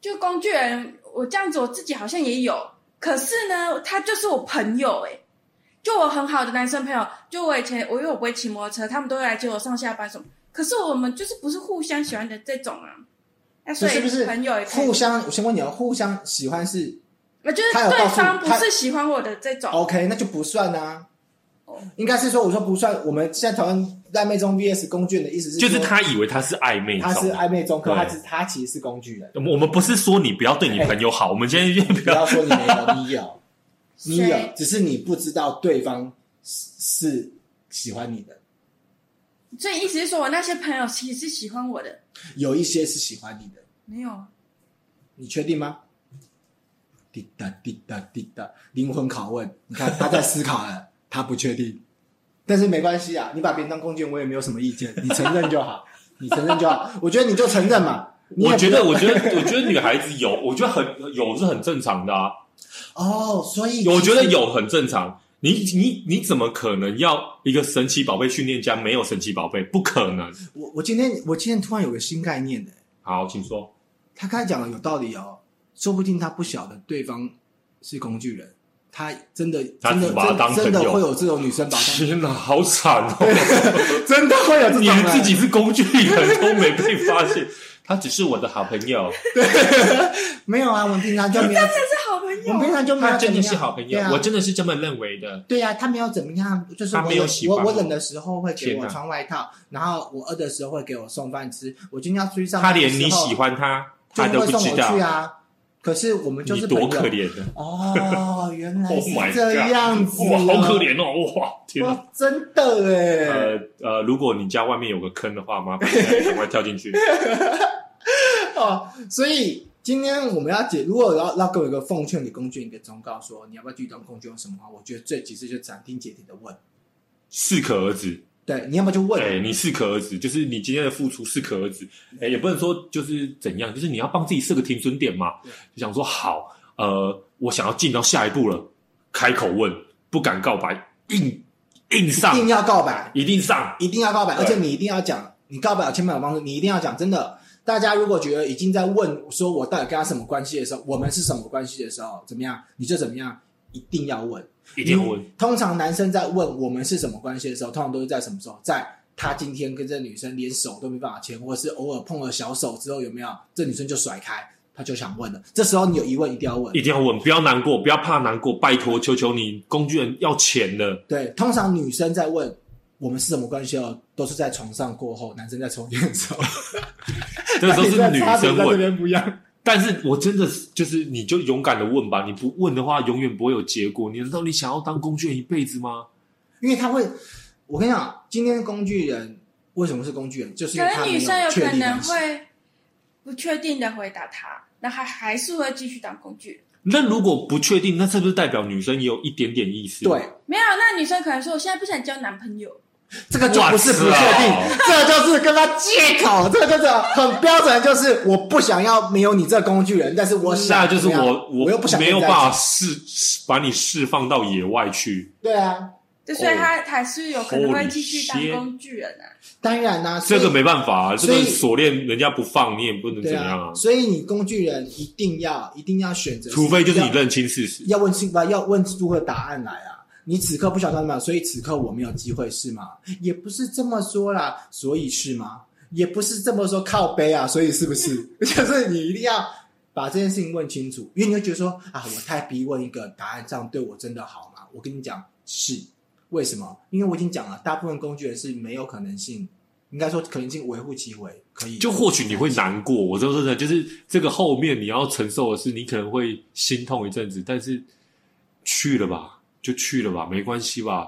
[SPEAKER 4] 就工具人，我这样子我自己好像也有，可是呢，他就是我朋友、哎，就我很好的男生朋友，就我以前我因为我不会骑摩托车，他们都会来接我上下班什么，可是我们就是不是互相喜欢的这种啊。那所
[SPEAKER 2] 所
[SPEAKER 4] 以
[SPEAKER 2] 以是不是
[SPEAKER 4] 朋友也可以
[SPEAKER 2] 互，相？我先问你哦，互相喜欢是
[SPEAKER 4] 我就是
[SPEAKER 2] 他有告
[SPEAKER 4] 对
[SPEAKER 2] 诉
[SPEAKER 4] 方不
[SPEAKER 2] 他哦
[SPEAKER 4] 是喜欢我的这种。
[SPEAKER 2] OK，那就不算啊
[SPEAKER 4] 哦。
[SPEAKER 2] 应该是说，我说不算。我们现在讨论暧昧中 VS 工具人的意思是
[SPEAKER 3] 就
[SPEAKER 2] 说，
[SPEAKER 3] 是他以为他是暧昧
[SPEAKER 2] 他是
[SPEAKER 3] 中。
[SPEAKER 2] 暧昧中，可
[SPEAKER 3] 对
[SPEAKER 2] 他是他其实是工具 人。
[SPEAKER 3] 我们不是说你不要对
[SPEAKER 2] 哎
[SPEAKER 3] 你朋友好，我们现在就不
[SPEAKER 2] 不
[SPEAKER 3] 要
[SPEAKER 2] 要说你没有，你有，你有
[SPEAKER 4] 谁，
[SPEAKER 2] 只是你不知道对方是是喜欢你的，
[SPEAKER 4] 所以意思是说我那些朋友其实是喜欢我的，
[SPEAKER 2] 有一些是喜欢你的，
[SPEAKER 4] 没有
[SPEAKER 2] 你确定吗？滴答滴答滴答，灵魂拷问，你看他在思考了， 他不确定，但是没关系啊，你把别人当工具人，我也没有什么意见，你承认就 好，你承认就好，我觉得你就承认嘛。你也
[SPEAKER 3] 我
[SPEAKER 2] 不
[SPEAKER 3] 觉得，我觉得， 我觉得女孩子有，我觉得很有是很正常的啊。
[SPEAKER 2] 哦，所以
[SPEAKER 3] 我觉得有很正常。你你你怎么可能要一个神奇宝贝训练家没有神奇宝贝？不可能。
[SPEAKER 2] 我我今天我今天突然有个新概念的、
[SPEAKER 3] 好，请说。
[SPEAKER 2] 他刚才讲的有道理哦，说不定他不晓得对方是工具人，他真的
[SPEAKER 3] 他
[SPEAKER 2] 真
[SPEAKER 3] 只
[SPEAKER 2] 的
[SPEAKER 3] 把他当
[SPEAKER 2] 真真的
[SPEAKER 3] 朋友
[SPEAKER 2] 会有这种女生把他
[SPEAKER 3] 天哪，好惨哦！
[SPEAKER 2] 当真的会有这种
[SPEAKER 3] 你连
[SPEAKER 2] 人
[SPEAKER 3] 自 己是工具人都没被发现，他只是我的好朋友，
[SPEAKER 2] 没有啊？我们平常就没有，
[SPEAKER 4] 是好朋
[SPEAKER 2] 我们平
[SPEAKER 4] 友，
[SPEAKER 2] 常就没有
[SPEAKER 3] 他真的
[SPEAKER 2] 怎么
[SPEAKER 3] 是
[SPEAKER 2] 样
[SPEAKER 3] 好朋
[SPEAKER 2] 对
[SPEAKER 3] 友，
[SPEAKER 2] 啊、
[SPEAKER 3] 我真的是这么认为的。
[SPEAKER 2] 对啊呀、他没有怎么样，就是
[SPEAKER 3] 他
[SPEAKER 2] 我
[SPEAKER 3] 没有
[SPEAKER 2] 冷
[SPEAKER 3] 喜欢
[SPEAKER 2] 我我
[SPEAKER 3] 我
[SPEAKER 2] 冷的时候会给
[SPEAKER 3] 天
[SPEAKER 2] 我
[SPEAKER 3] 哪
[SPEAKER 2] 穿外套，然后我饿的时候会给我送饭吃。我今天要出去上
[SPEAKER 3] 他
[SPEAKER 2] 班的时
[SPEAKER 3] 连
[SPEAKER 2] 候，
[SPEAKER 3] 你喜欢他，他
[SPEAKER 2] 就
[SPEAKER 3] 都
[SPEAKER 2] 会
[SPEAKER 3] 不
[SPEAKER 2] 送
[SPEAKER 3] 知
[SPEAKER 2] 我去
[SPEAKER 3] 道，
[SPEAKER 2] 啊。可是我们就
[SPEAKER 3] 你
[SPEAKER 2] 是啊
[SPEAKER 3] 多
[SPEAKER 2] 朋友
[SPEAKER 3] 可怜的。
[SPEAKER 2] 哦，原来
[SPEAKER 3] Oh
[SPEAKER 2] 是
[SPEAKER 3] my
[SPEAKER 2] 这
[SPEAKER 3] God
[SPEAKER 2] 样子、
[SPEAKER 3] 哇，好可、怜哦！哇，天哪！
[SPEAKER 2] 哇，真的哎、
[SPEAKER 3] 呃呃，如果你家外面有个坑的话，麻烦你赶快跳进去。
[SPEAKER 2] 哦，所以今天我们要解，如果要要给我一个奉劝给工具人一个忠告说，你要不要去当工具用什么话？我觉得最极致就是斩钉截铁的问，
[SPEAKER 3] 适可而止，
[SPEAKER 2] 对，你要么就问，
[SPEAKER 3] 哎、你适可而止，就是你今天的付出适可而止，哎、也不能说就是怎样，就是你要帮自己设个停损点嘛
[SPEAKER 2] 对，
[SPEAKER 3] 就想说好，呃，我想要进到下一步了，开口问，不敢告白，硬硬
[SPEAKER 2] 一
[SPEAKER 3] 上，
[SPEAKER 2] 定要告白，
[SPEAKER 3] 一定上，
[SPEAKER 2] 一定要告白，
[SPEAKER 3] 对
[SPEAKER 2] 而且你一定要讲，你告白有千百种方式，你一定要讲，真的。大家如果觉得已经在问说我到底跟他什么关系的时候，我们是什么关系的时候，怎么样，你就怎么样，一定要问。
[SPEAKER 3] 一定要问，
[SPEAKER 2] 你通常男生在问我们是什么关系的时候，通常都是在什么时候？在他今天跟这女生连手都没办法牵，或者是偶尔碰了小手之后，有没有？这女生就甩开，他就想
[SPEAKER 3] 嗯
[SPEAKER 2] 问了。这时候你有疑问一定要问
[SPEAKER 3] 一。定要问，不要难过，不要怕难过，拜托，求求你，工具人要 钱的，
[SPEAKER 2] 对，通常女生在问我们是什么关系哦，都是在床上过后，男生在抽烟的时候。
[SPEAKER 3] 这个时候是女
[SPEAKER 2] 差别
[SPEAKER 3] 生
[SPEAKER 2] 在这
[SPEAKER 3] 问，
[SPEAKER 2] 边不一样。
[SPEAKER 3] 但是我真的是就是，你就勇敢的问吧，你不问的话，永远不会有结果。你难道你想要当工具人一辈子吗？
[SPEAKER 2] 因为他会，我跟你讲，今天工具人为什么是工具人，就是因为
[SPEAKER 4] 可
[SPEAKER 2] 他
[SPEAKER 4] 是
[SPEAKER 2] 没
[SPEAKER 4] 女生有
[SPEAKER 2] 确
[SPEAKER 4] 可
[SPEAKER 2] 立
[SPEAKER 4] 能
[SPEAKER 2] 关系。
[SPEAKER 4] 会不确定的回答他，那还还是会继续当工具人。
[SPEAKER 3] 那如果不确定，那是不是代表女生也有一点点意思？
[SPEAKER 2] 对，，
[SPEAKER 4] 没有，那女生可能说：“我现在不想交男朋友。
[SPEAKER 2] 这个就不是不确
[SPEAKER 3] 哇
[SPEAKER 2] 定
[SPEAKER 3] 塞，
[SPEAKER 2] 这就是跟他借口，这个就是很标准，就是我不想要没有你这工具人，但是我
[SPEAKER 3] 那
[SPEAKER 2] 想
[SPEAKER 3] 就
[SPEAKER 2] 怎
[SPEAKER 3] 是
[SPEAKER 2] 么样
[SPEAKER 3] 我
[SPEAKER 2] 我又不想
[SPEAKER 3] 没有
[SPEAKER 2] 跟你
[SPEAKER 3] 办
[SPEAKER 2] 在一起
[SPEAKER 3] 法释释把你释放到野外去，
[SPEAKER 2] 对啊，”
[SPEAKER 4] 对，所以她还是有可能会继续当
[SPEAKER 3] Holy shit
[SPEAKER 4] 工具人啊。
[SPEAKER 2] 当然啦、所
[SPEAKER 3] 这
[SPEAKER 2] 以
[SPEAKER 3] 个没办法、啊，这
[SPEAKER 2] 所以
[SPEAKER 3] 个锁链人家不放，你也不能怎
[SPEAKER 2] 对
[SPEAKER 3] 样
[SPEAKER 2] 啊，所以你工具人一定要一定要选择，
[SPEAKER 3] 除非就是你
[SPEAKER 2] 要
[SPEAKER 3] 认清事实。
[SPEAKER 2] 要问清吧，要问出个答案来啊！你此刻不想当嘛，所以此刻我没有机会是吗？也不是这么说啦，所以是吗？也不是这么说靠背啊，所以是不是？ 就是你一定要把这件事情问清楚，因为你会觉得说啊，我太逼问一个答案，这样对我真的好吗？我跟你讲是，为什么？因为我已经讲了，大部分工具人是没有可能性，应该说可能性微乎其微，可以
[SPEAKER 3] 就或许你会难过，我说真的，就是这个后面你要承受的是，你可能会心痛一阵子，但是去了吧，就去了吧，没关系吧，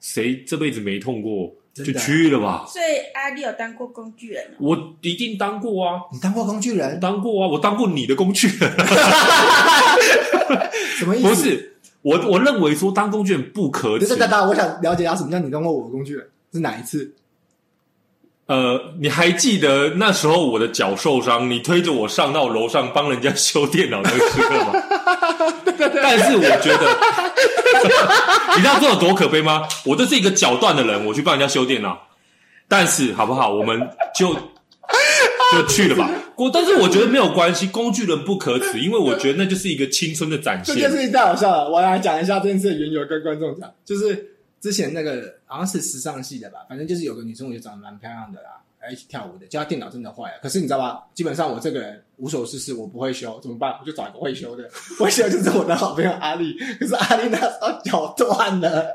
[SPEAKER 3] 谁这辈子没痛过，
[SPEAKER 2] 真
[SPEAKER 3] 就
[SPEAKER 2] 的啊
[SPEAKER 3] 去了吧。
[SPEAKER 4] 所以阿丽有当过工具人哦，
[SPEAKER 3] 我一定当过啊，
[SPEAKER 2] 你当过工具人，
[SPEAKER 3] 当过啊，我当过你的工具人，
[SPEAKER 2] 什么意思？
[SPEAKER 3] 不，是我，我认为说当工具人不可
[SPEAKER 2] 等
[SPEAKER 3] 耻
[SPEAKER 2] 等。等等，我想了解一下什么叫你当过我的工具人是哪一次？
[SPEAKER 3] 呃，你还记得那时候我的脚受伤，你推着我上到楼上帮人家修电脑那个时刻吗？ 但是我觉得， 你知道这有多可悲吗？我就是一个脚断的人，我去帮人家修电脑，但是好不好？我们就就去了 吧。我但是我觉得没有关系，工具人不可耻，因为我觉得那就是一个青春的展
[SPEAKER 2] 这件事
[SPEAKER 3] 现。
[SPEAKER 2] 情太好笑了，我来讲一下这件事的缘由，跟观众讲，就是之前那个好像是时尚系的吧，反正就是有个女生，我觉得长得蛮漂亮的啦，哎还一起跳舞的，叫她电脑真的坏了。可是你知道吧，基本上我这个人无所事事，我不会修，怎么办？我就找一个会修的，会修就是我的好朋友阿丽。可是阿丽那时候脚断了，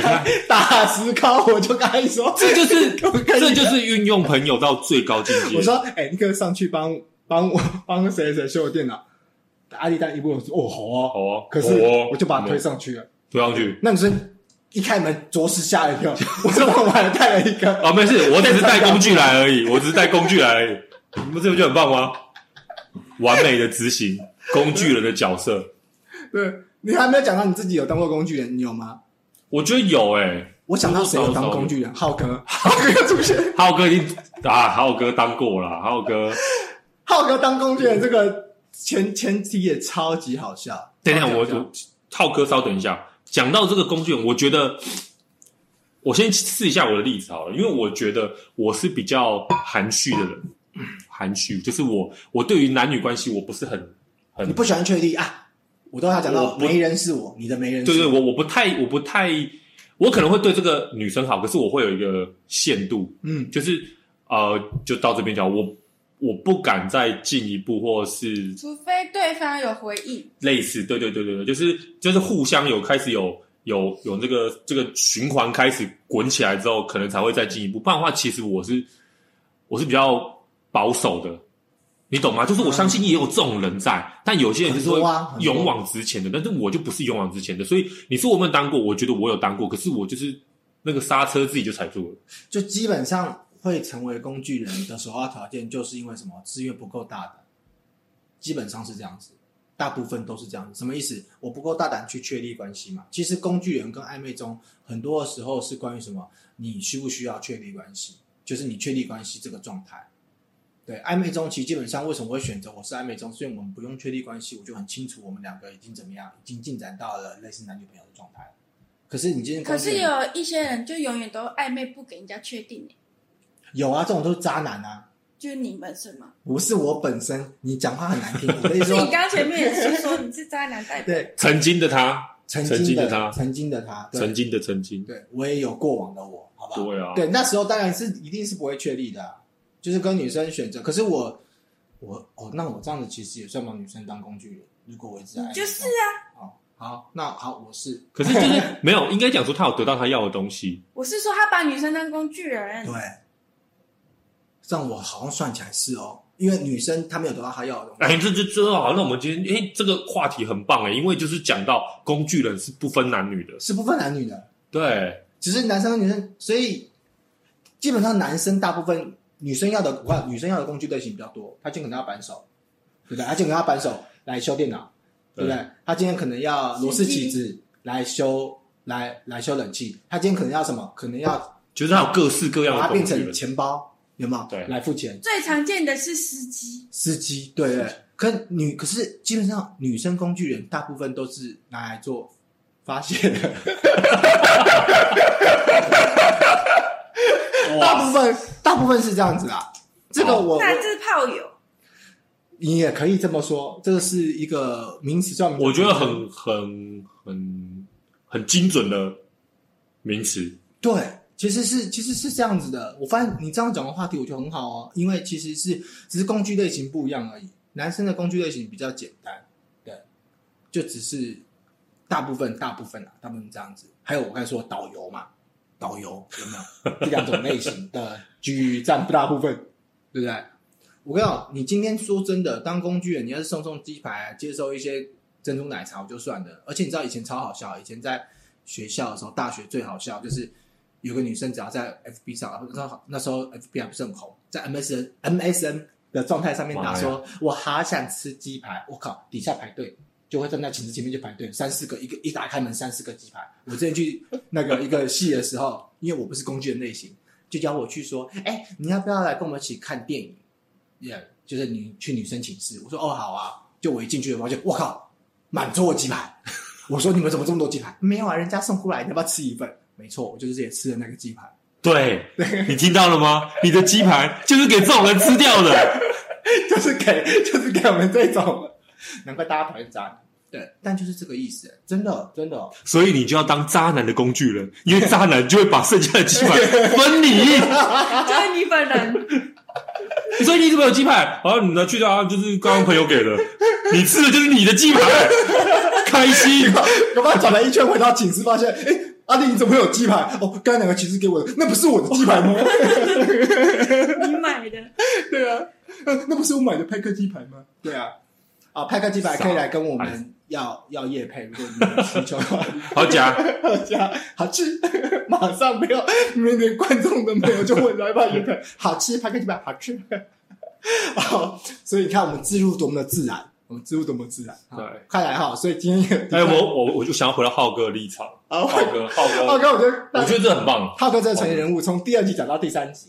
[SPEAKER 3] 看，
[SPEAKER 2] 打石膏，我就跟她说，
[SPEAKER 3] 这就是
[SPEAKER 2] 我跟你
[SPEAKER 3] 这就是运用朋友到最高境界。
[SPEAKER 2] 我说，哎、你可以上去帮帮我帮谁谁修我电脑。阿丽但一问我说，哦，好啊，
[SPEAKER 3] 好啊，
[SPEAKER 2] 可是
[SPEAKER 3] 好啊
[SPEAKER 2] 我就把她推上去了。
[SPEAKER 3] 推上去。
[SPEAKER 2] 那女生一开门，着实吓了一跳。 我说我还带了一个，
[SPEAKER 3] 啊，没事，我只是带工具来而已，我只是带工具来而已，你们这不就很棒吗？完美的执行工具人的角色，
[SPEAKER 2] 对你还没有讲到你自己有当过工具人，你有吗？
[SPEAKER 3] 我觉得有哎、
[SPEAKER 2] 我想到谁有当工具人？浩哥，浩哥有出现，
[SPEAKER 3] 浩哥已经啊，浩哥当过啦，浩哥，
[SPEAKER 2] 浩哥当工具人这个前前提也超级好笑。
[SPEAKER 3] 等一下
[SPEAKER 2] 超级
[SPEAKER 3] 我
[SPEAKER 2] 好笑
[SPEAKER 3] 我浩哥稍等一下，讲到这个工具人，我觉得我先试一下我的例子好了，因为我觉得我是比较含蓄的人，含蓄就是我我对于男女关系我不是很很
[SPEAKER 2] 你不喜欢确立啊？我都要讲
[SPEAKER 3] 我
[SPEAKER 2] 到
[SPEAKER 3] 不
[SPEAKER 2] 没人是我，你的没人是
[SPEAKER 3] 对对，
[SPEAKER 2] 我
[SPEAKER 3] 我我不太我不太，我可能会对这个女生好，可是我会有一个限度，
[SPEAKER 2] 嗯，
[SPEAKER 3] 就是呃，就到这边讲，我我不敢再进一步，或是
[SPEAKER 4] 除非对方有回应。
[SPEAKER 3] 类似，对对对对对，就是就是互相有开始有有有这个这个循环开始滚起来之后，可能才会再进一步，不然的话，其实我是我是比较保守的。你懂吗？就是我相信也有这种人在，但有些人就是会
[SPEAKER 2] 嗯很多啊很多
[SPEAKER 3] 勇往直前的，但是我就不是勇往直前的，所以你说我有没有当过？我觉得我有当过，可是我就是那个刹车自己就踩住了。
[SPEAKER 2] 就基本上会成为工具人的首要条件，就是因为什么？是因为不够大胆，基本上是这样子，大部分都是这样子。什么意思？我不够大胆去确立关系嘛。其实工具人跟暧昧中，很多的时候是关于什么？你需不需要确立关系？就是你确立关系这个状态。对，暧昧中其实基本上为什么会选择我是暧昧中？所以我们不用确立关系，我就很清楚我们两个已经怎么样，已经进展到了类似男女朋友的状态。可是你今天
[SPEAKER 4] 可
[SPEAKER 2] 工具
[SPEAKER 4] 是
[SPEAKER 2] 人
[SPEAKER 4] 有一些人就永远都暧昧不给人家确定耶，
[SPEAKER 2] 有啊，这种都是渣男啊。
[SPEAKER 4] 就是你们是吗？
[SPEAKER 2] 不是我本身，你讲话很难 听。我跟你
[SPEAKER 4] 可是
[SPEAKER 2] 说
[SPEAKER 4] 你，刚前面也是说你是渣男代表，
[SPEAKER 2] 对，
[SPEAKER 3] 曾经的他，
[SPEAKER 2] 曾
[SPEAKER 3] 曾经
[SPEAKER 2] 经
[SPEAKER 3] 的
[SPEAKER 2] 的
[SPEAKER 3] 他
[SPEAKER 2] 曾经的他，对
[SPEAKER 3] 曾经的曾经，
[SPEAKER 2] 对我也有过往的我，好不好？
[SPEAKER 3] 对啊，
[SPEAKER 2] 对，那时候当然是一定是不会确立的啊、就是跟女生选择。可是我，我我哦，那我这样子其实也算把女生当工具人。如果我一直爱
[SPEAKER 4] 你
[SPEAKER 2] 你
[SPEAKER 4] 就是
[SPEAKER 2] 的
[SPEAKER 4] 啊，
[SPEAKER 2] 话哦，好，那好，我是
[SPEAKER 3] 可 是就是没有，应该讲说他有得到他要的东西，
[SPEAKER 4] 我是说他把女生当工具人
[SPEAKER 2] 对，，这样我好像算起来是哦，因为女生她没有得到她要的东西，
[SPEAKER 3] 哎，这就真好。那我们今天哎，这个话题很棒哎，因为就是讲到工具人是不分男女的，
[SPEAKER 2] 是不分男女的，
[SPEAKER 3] 对，
[SPEAKER 2] 只是男生跟女生，所以基本上男生大部分女生要的，我看女生要的工具类型比较多，她今天可能要扳手，对不对？她今天可能要扳手来修电脑，对不对？她今天可能要螺丝起子来修来来修冷气，她今天可能要什么？可能要
[SPEAKER 3] 就是他有各式各样
[SPEAKER 2] 把
[SPEAKER 3] 的
[SPEAKER 2] 它变
[SPEAKER 3] 工具人
[SPEAKER 2] 成，钱包，有没有？
[SPEAKER 3] 对
[SPEAKER 2] 来付钱，
[SPEAKER 4] 最常见的是司机，
[SPEAKER 2] 司机，对对。可女可是基本上女生工具人大部分都是拿来做发泄的。大部分大部分是这样子啦。这个我我
[SPEAKER 4] 那这是炮 友，
[SPEAKER 2] 你也可以这么说，这个是一个名词，叫名词
[SPEAKER 3] 我觉得很很很很精准的名词，
[SPEAKER 2] 对，其实是其实是这样子的。我发现你这样讲的话题，我觉得很好哦，因为其实是只是工具类型不一样而已。男生的工具类型比较简单，对，就只是大部分大部分啊，大部分这样子。还有我刚才说导游嘛，导游有没有这两种类型的居占大部分，对不对？我跟你讲，你今天说真的，当工具人，你要是送送鸡排、接收一些珍珠奶茶，我就算了。而且你知道以前超好笑，以前在学校的时候，大学最好笑就是有个女生只要在 FB 上，那时候那时候 FB 还不是很红，在 MSN MSN 的状态上面打说，我好想吃鸡排，我靠，底下排队。就会站在寝室前面就排队，三四个，一个一打开门三四个鸡排。我之前去那个一个戏的时候，因为我不是工具人类型，就叫我去说，哎、你要不要来跟我们一起看电影？yeah, 就是你去女生寝室，我说哦好啊，就我一进去我发现，我靠，满桌的鸡排， 我说你们怎么这么多鸡排？没有啊，人家送过来，你要不要吃一份？没错，我就是也吃了那个鸡排，
[SPEAKER 3] 对，你听到了吗？你的鸡排就是给这种人吃掉的，
[SPEAKER 2] 就是给就是给我们这种，难怪大家讨厌渣男。对，但就是这个意思，真的哦真的，
[SPEAKER 3] 所以你就要当渣男的工具人，因为渣男就会把剩下的鸡排分你。
[SPEAKER 4] 就是你本人，
[SPEAKER 3] 所以你怎么有鸡排？啊，你拿去的啊，就是刚刚朋友给的，你吃的就是你的鸡排， 开心。
[SPEAKER 2] 我把转了一圈回到寝室，发现哎。阿弟，你怎么会有鸡排？哦，刚才两个寝室给我的，那不是我的鸡排 吗？
[SPEAKER 4] 你买的，
[SPEAKER 2] 对啊，呃那不是我买的派克鸡排吗？对啊，啊，派克鸡排可以来跟我们要要夜配，如果你们有需求的话，
[SPEAKER 3] 好假，
[SPEAKER 2] 大家好吃， 马上没有，你们连观众都没有，就问来吧，夜配好吃，派克鸡排好吃。 好，所以你看我们自入多么的自然，我们自入多么自然。好
[SPEAKER 3] 对
[SPEAKER 2] 快来哈！所以今天
[SPEAKER 3] 哎，我我我就想要回到浩哥的立场，
[SPEAKER 2] 啊，
[SPEAKER 3] 浩
[SPEAKER 2] 我
[SPEAKER 3] 哥，浩
[SPEAKER 2] 浩
[SPEAKER 3] 哥，
[SPEAKER 2] 哥，我觉得
[SPEAKER 3] 我觉得这很棒。
[SPEAKER 2] 浩哥这个成人人物，从第二集讲到第三集，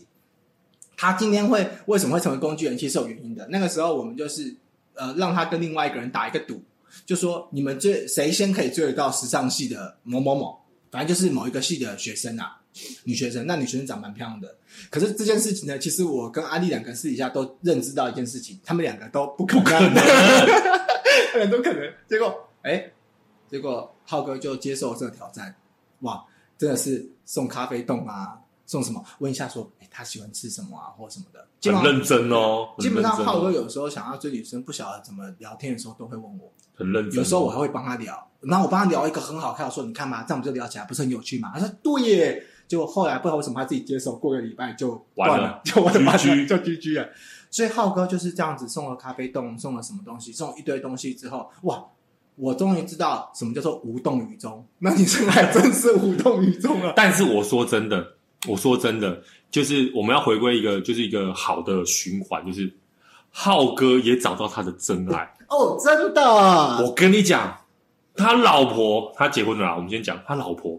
[SPEAKER 2] 他今天会为什么会成为工具人，其实有原因的。那个时候我们就是呃，让他跟另外一个人打一个赌，就说你们追谁先可以追得到时尚系的某某某，反正就是某一个系的学生啊，女学生。那女学生长蛮漂亮的，可是这件事情呢，其实我跟安利两个人私底下都认知到一件事情，他们两个都不 可能，他们都可能。结果哎、结果浩哥就接受了这个挑战，哇，真的是送咖啡冻啊，送什么？问一下说，哎、他喜欢吃什么啊，或什么的。基本
[SPEAKER 3] 很
[SPEAKER 2] 上
[SPEAKER 3] 认真哦，很
[SPEAKER 2] 基本上
[SPEAKER 3] 认真哦
[SPEAKER 2] 浩哥有时候想要追女生，不晓得怎么聊天的时候，都会问我。
[SPEAKER 3] 很认真哦，
[SPEAKER 2] 有时候我还会帮他聊，然后我帮他聊一个很好看，我说你看嘛，这样我们就聊起来不是很有趣嘛？他说对耶。结果后来不知道为什么他自己接手，过个礼拜就断
[SPEAKER 3] 完了
[SPEAKER 2] 就我的妈呀
[SPEAKER 3] GG
[SPEAKER 2] 就 GG 了。所以浩哥就是这样子送了咖啡冻，送了什么东西，送了一堆东西之后，哇！我终于知道什么叫做无动于衷。那女生还真是无动于衷 了。
[SPEAKER 3] 但是我说真的，我说真的，就是我们要回归一个，就是一个好的循环，就是浩哥也找到他的真爱。
[SPEAKER 2] 哦，真的，
[SPEAKER 3] 我跟你讲，他老婆，他结婚了啦，我们先讲他老婆，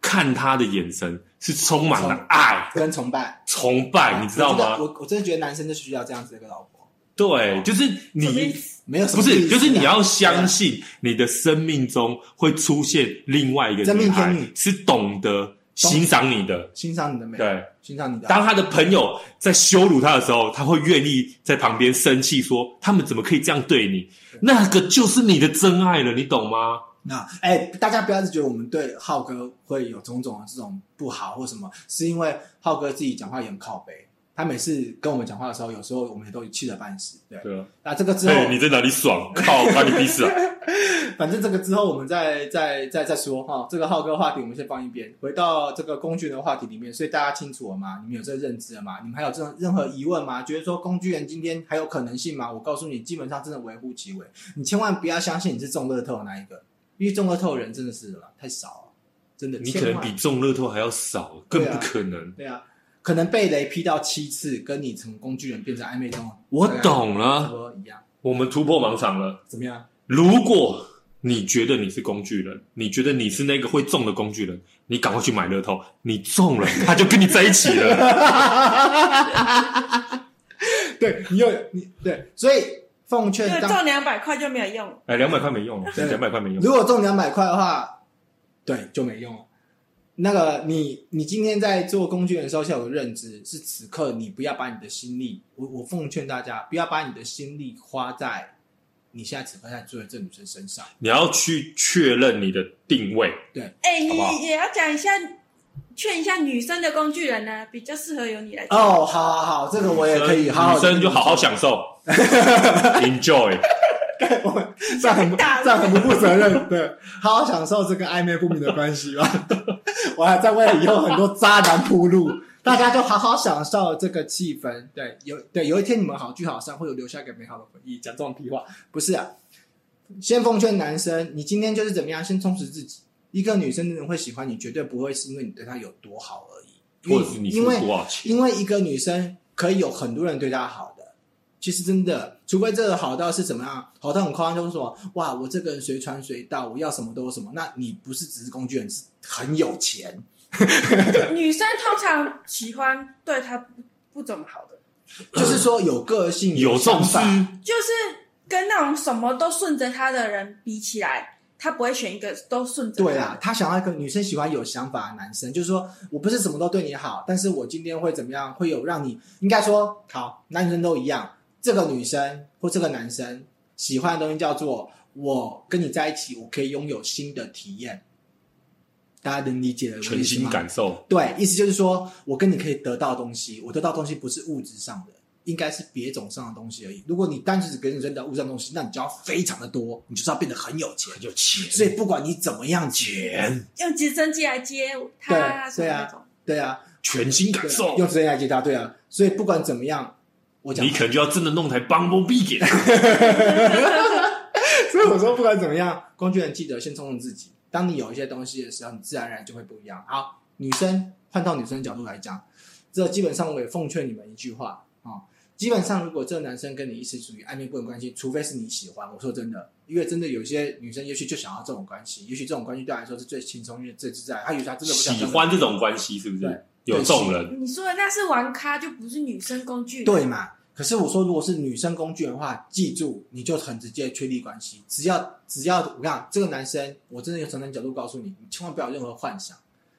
[SPEAKER 3] 看他的眼神是充满了爱、
[SPEAKER 2] 跟崇拜，
[SPEAKER 3] 崇拜，你知道
[SPEAKER 2] 我
[SPEAKER 3] 吗？
[SPEAKER 2] 我我真的觉得男生就是需要这样子的一个老婆，
[SPEAKER 3] 对，就是
[SPEAKER 4] 什么意
[SPEAKER 3] 你
[SPEAKER 4] 思
[SPEAKER 2] 没有什
[SPEAKER 3] 不
[SPEAKER 2] 么意
[SPEAKER 3] 是，
[SPEAKER 2] 思
[SPEAKER 3] 就是你
[SPEAKER 2] 啊
[SPEAKER 3] 要相信你的生命中会出现另外一个
[SPEAKER 2] 真
[SPEAKER 3] 女
[SPEAKER 2] 命天
[SPEAKER 3] 孩
[SPEAKER 2] 女，
[SPEAKER 3] 是懂得欣赏你的，
[SPEAKER 2] 欣赏你的美，
[SPEAKER 3] 对。
[SPEAKER 2] 欣赏你的爱。
[SPEAKER 3] 当他的朋友在羞辱他的时候，他会愿意在旁边生气说：“他们怎么可以这样对你？”那个就是你的真爱了，你懂吗？
[SPEAKER 2] 那哎、大家不要是觉得我们对浩哥会有种种的这种不好或什么，是因为浩哥自己讲话也很靠背，他每次跟我们讲话的时候，有时候我们也都气得半死。对，
[SPEAKER 3] 对啊，
[SPEAKER 2] 那这个之后，
[SPEAKER 3] 嘿，你在哪里 爽？靠，关你屁事啊！
[SPEAKER 2] 反正这个之后我们再再再再说哈。这个浩哥话题我们先放一边，回到这个工具人的话题里面。所以大家清楚了吗？你们有这个认知了吗？你们还有这种任何疑问吗？觉得说工具人今天还有可能性吗？我告诉你，基本上真的微乎其微。你千万不要相信你是中乐透的那一个，因为中乐透的人真的是啦太少了，真的。
[SPEAKER 3] 你
[SPEAKER 2] 千
[SPEAKER 3] 可能
[SPEAKER 2] 万
[SPEAKER 3] 比中乐透还要少，更不可能。
[SPEAKER 2] 对啊，可能被雷劈到七次，跟你从工具人变成暧昧中，
[SPEAKER 3] 我
[SPEAKER 2] 大概
[SPEAKER 3] 懂
[SPEAKER 2] 差
[SPEAKER 3] 啊了
[SPEAKER 2] 不，多一样。
[SPEAKER 3] 我们突破盲场了。
[SPEAKER 2] 怎么样？
[SPEAKER 3] 如果你觉得你是工具人，你觉得你是那个会中的工具人，你赶快去买乐透，你中了，他就跟你在一起 了。
[SPEAKER 2] 对你有你对，所以奉
[SPEAKER 4] 因
[SPEAKER 2] 劝
[SPEAKER 4] 为
[SPEAKER 2] 当
[SPEAKER 4] 中两百块就没有用了。
[SPEAKER 3] 哎，两百块没用哦，
[SPEAKER 2] 对
[SPEAKER 3] 两百块没用。
[SPEAKER 2] 如果中两百块的话，对，就没用了。那个你，你今天在做工具人的时候，要有个认知，是此刻你不要把你的心力，我我奉劝大家，不要把你的心力花在你现在此刻在追的这女生身上。
[SPEAKER 3] 你要去确认你的定位，
[SPEAKER 4] 哎、
[SPEAKER 3] 好不好
[SPEAKER 4] 你也要讲一下，劝一下女生的工具人呢、比较适合由你来做。
[SPEAKER 2] 哦，好好好，这个我也可以好好
[SPEAKER 3] 女
[SPEAKER 2] 地跟
[SPEAKER 3] 生
[SPEAKER 2] 你
[SPEAKER 3] 就好好
[SPEAKER 2] 说，
[SPEAKER 3] 享受，enjoy。
[SPEAKER 2] 我这样很不这样很不负责任，对，好好享受这个暧昧不明的关系吧。 我还在为以后很多渣男铺路，大家就好好享受这个气氛。对，有对有一天你们好聚好散，会有留下一个美好的回忆。讲这种屁话，不是啊。先奉劝男生，你今天就是怎么样，先充实自己。一个女生真的会喜欢你，绝对不会是因为你对她有多好而已，
[SPEAKER 3] 或者是你
[SPEAKER 2] 因
[SPEAKER 3] 付
[SPEAKER 2] 为
[SPEAKER 3] 多少钱？
[SPEAKER 2] 因为一个女生可以有很多人对她好的，其实真的，除非这个好到是怎么样，好到很夸张，就是说，哇，我这个人随传随到，我要什么都有什么。那你不是只是工具人，是很有钱。
[SPEAKER 4] 女生通常喜欢对她不不怎么好的，
[SPEAKER 2] 就是说有个性、
[SPEAKER 3] 有
[SPEAKER 2] 想
[SPEAKER 3] 重视
[SPEAKER 2] 法，
[SPEAKER 4] 就是跟那种什么都顺着她的人比起来，她不会选一个都顺着她的。
[SPEAKER 2] 对啊啦，他想要一个女生喜欢有想法的男生，就是说我不是什么都对你好，但是我今天会怎么样，会有让你应该说好，男女生都一样，这个女生或这个男生喜欢的东西叫做我跟你在一起，我可以拥有新的体验。大家能理解我的意
[SPEAKER 3] 全
[SPEAKER 2] 思
[SPEAKER 3] 心
[SPEAKER 2] 吗？
[SPEAKER 3] 感受，
[SPEAKER 2] 对，意思就是说我跟你可以得到东西，我得到东西不是物质上的，应该是别种上的东西而已。如果你单纯只给你扔到物质上的东西，那你就要非常的多，你就是要变得很有钱，
[SPEAKER 3] 有钱
[SPEAKER 2] 所以不管你怎么样钱，
[SPEAKER 4] 用直升机来接她，
[SPEAKER 2] 对
[SPEAKER 4] 什么那种。
[SPEAKER 2] 对啊，
[SPEAKER 3] 全心感
[SPEAKER 2] 对
[SPEAKER 3] 受
[SPEAKER 2] 啊，用直接来接他，对啊，所以不管怎么样，我讲
[SPEAKER 3] 你， 可能就要真的弄台 Bumblebee 给他。
[SPEAKER 2] 所以我说不管怎么样，工具人记得先冲冲自己。当你有一些东西的时候，你自然而然就会不一样。好，女生换到女生的角度来讲，这基本上我也奉劝你们一句话啊、哦基本上如果这个男生跟你一直处于暧昧不明关系，除非是你喜欢，我说真的，因为真的有些女生也许就想要这种关系，也许这种关系对她来说是最轻松、因为最自在。她有时候她 真的不想
[SPEAKER 3] 喜欢这种关系是不
[SPEAKER 2] 对
[SPEAKER 3] 是？有众人，
[SPEAKER 4] 你说的那是玩咖，就不是女生工具。
[SPEAKER 2] 对，嘛？可是我说，如果是女生工具的话，记住你就很直接确立关系。只要只要我跟你讲这个男生，我真的有从男角度告诉你，你千万不要有任何幻想。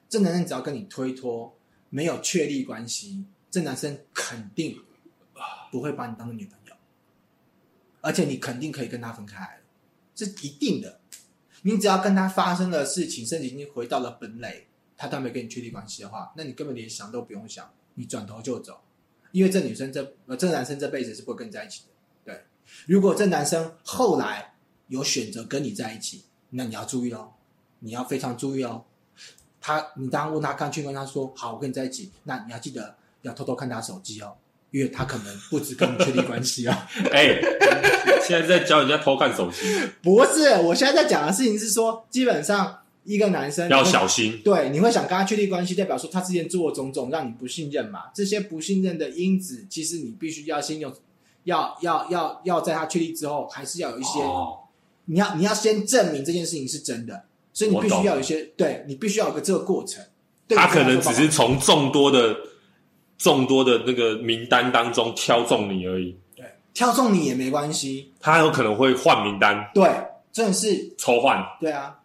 [SPEAKER 2] 这男生只要跟你推脱，没有确立关系，这男生肯定不会把你当成女朋友，而且你肯定可以跟他分开，这一定的。你只要跟他发生的事情，甚至已经回到了本垒，他都没跟你确立关系的话，那你根本连想都不用想，你转头就走。因为这女生这呃这男生这辈子是不会跟你在一起的。对，如果这男生后来有选择跟你在一起，那你要注意哦，你要非常注意哦。他，你刚刚问他，刚去跟他说好，我跟你在一起，那你要记得要偷偷看他手机哦，因为他可能不止跟你确立关系 哦。
[SPEAKER 3] 哎，现在在教人家偷看手机，
[SPEAKER 2] 不是，我现在在讲的事情是说，基本上一个男生
[SPEAKER 3] 要小心。
[SPEAKER 2] 对，你会想跟他确立关系，代表说他之前做的种种让你不信任嘛？这些不信任的因子，其实你必须要先用，要要要要在他确立之后，还是要有一些，
[SPEAKER 3] 哦，
[SPEAKER 2] 你要你要先证明这件事情是真的，所以你
[SPEAKER 3] 我
[SPEAKER 2] 必须
[SPEAKER 3] 懂
[SPEAKER 2] 要有一些，对你必须要有个这个过程。对
[SPEAKER 3] 他
[SPEAKER 2] 你这
[SPEAKER 3] 可
[SPEAKER 2] 样
[SPEAKER 3] 能
[SPEAKER 2] 说
[SPEAKER 3] 只
[SPEAKER 2] 吧
[SPEAKER 3] 是从众多的众多的那个名单当中挑中你而已，
[SPEAKER 2] 对挑中你也没关系，
[SPEAKER 3] 他有可能会换名单
[SPEAKER 2] 对，真的是
[SPEAKER 3] 抽换。
[SPEAKER 2] 对啊，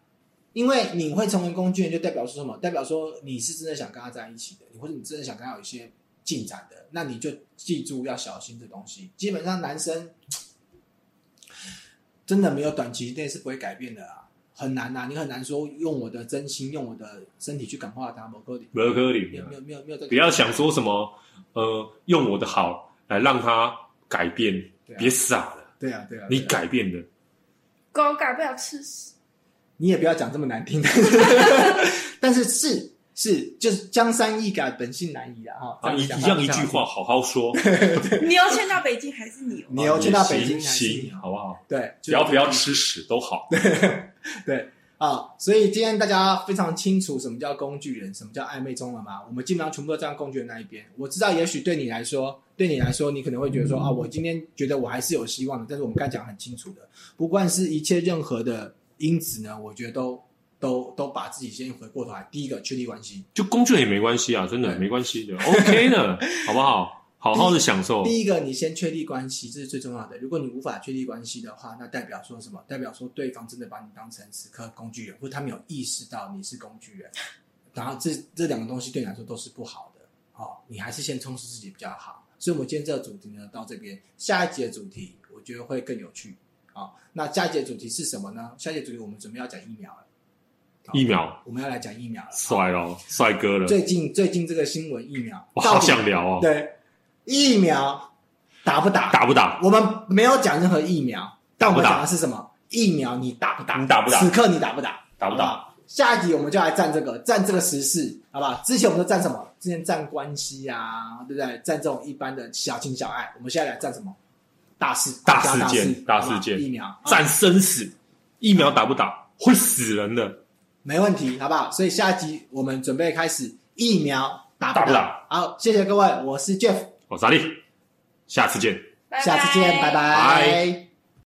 [SPEAKER 2] 因为你会成为工具人，就代表说什么？代表说你是真的想跟他在一起的，你或者你真的想跟他有一些进展的，那你就记住要小心这东西。基本上男生真的没有短期内是不会改变的啊。很难呐、你很难说用我的真心、用我的身体去感化他，某个点
[SPEAKER 3] 没有可能
[SPEAKER 2] 没有没有没有没有这个
[SPEAKER 3] 不要想说什么呃，用我的好来让他改变
[SPEAKER 2] 对，啊
[SPEAKER 3] 别傻了，
[SPEAKER 2] 对啊对啊，对啊
[SPEAKER 3] 你改变的，
[SPEAKER 4] 狗改不了吃屎，
[SPEAKER 2] 你也不要讲这么难 听的，但是是是就是江山易改，本性难移啊哈，这
[SPEAKER 3] 啊，一
[SPEAKER 2] 讲
[SPEAKER 3] 一
[SPEAKER 2] 法
[SPEAKER 3] 样一句话，好好说，啊
[SPEAKER 4] 牛迁到北京还是牛，
[SPEAKER 2] 你要去到北京
[SPEAKER 3] 也
[SPEAKER 2] 还是
[SPEAKER 3] 行，行好不好？
[SPEAKER 2] 对，
[SPEAKER 3] 只要不要
[SPEAKER 2] 吃。
[SPEAKER 3] 吃屎都好，
[SPEAKER 2] 对啊，所以今天大家非常清楚什么叫工具人，什么叫暧昧中了吗？我们基本上全部都站在工具人那一边。我知道，也许对你来说，对你来说，你可能会觉得说啊，我今天觉得我还是有希望的，但是我们刚才讲很清楚的，不管是一切任何的因子呢，我觉得都都都把自己先回过头来，第一个确立关系，
[SPEAKER 3] 就工具人也没关系啊，真的
[SPEAKER 2] 对
[SPEAKER 3] 没关系的，OK 的，好不好？好好的享受，
[SPEAKER 2] 第一个，你先确立关系，这是最重要的。如果你无法确立关系的话，那代表说什么？代表说对方真的把你当成此刻工具人，或他没有意识到你是工具人。然后这这两个东西对你来说都是不好的。哦，你还是先充实自己比较好。所以，我们今天这个主题呢到这边，下一集的主题我觉得会更有趣。哦，那下一集的主题是什么呢？下一集的主题我们准备要讲疫苗了，
[SPEAKER 3] 疫苗
[SPEAKER 2] 我们要来讲疫苗了。
[SPEAKER 3] 帅咯，帅哥了，
[SPEAKER 2] 最近最近这个新闻疫苗，
[SPEAKER 3] 我
[SPEAKER 2] 到
[SPEAKER 3] 好
[SPEAKER 2] 底
[SPEAKER 3] 想聊哦，
[SPEAKER 2] 对疫苗打不打？
[SPEAKER 3] 打不打？
[SPEAKER 2] 我们没有讲任何疫苗，但我们
[SPEAKER 3] 打不
[SPEAKER 2] 讲
[SPEAKER 3] 打
[SPEAKER 2] 的是什么？疫苗你打不打？
[SPEAKER 3] 你打不打
[SPEAKER 2] 此刻你打不打？
[SPEAKER 3] 打不打
[SPEAKER 2] 好好？下一集我们就来站这个，站这个时事，好不好？之前我们都站什么？之前站关系啊，对不对？站这种一般的小情小爱，我们现在来站什么？大事，
[SPEAKER 3] 大
[SPEAKER 2] 讲
[SPEAKER 3] 事件
[SPEAKER 2] 大
[SPEAKER 3] 大事件
[SPEAKER 2] 好不好疫苗，
[SPEAKER 3] 战
[SPEAKER 2] 啊
[SPEAKER 3] 生死，疫苗打不打会死人的，
[SPEAKER 2] 没问题，好不好？所以下一集我们准备开始疫苗打
[SPEAKER 3] 打
[SPEAKER 2] 不
[SPEAKER 3] 不
[SPEAKER 2] 打
[SPEAKER 3] 打？
[SPEAKER 2] 好，谢谢各位，我是 Jeff，
[SPEAKER 3] 哦我是阿力，下次见。
[SPEAKER 4] 拜拜
[SPEAKER 2] 下次见，拜
[SPEAKER 3] 拜
[SPEAKER 2] 拜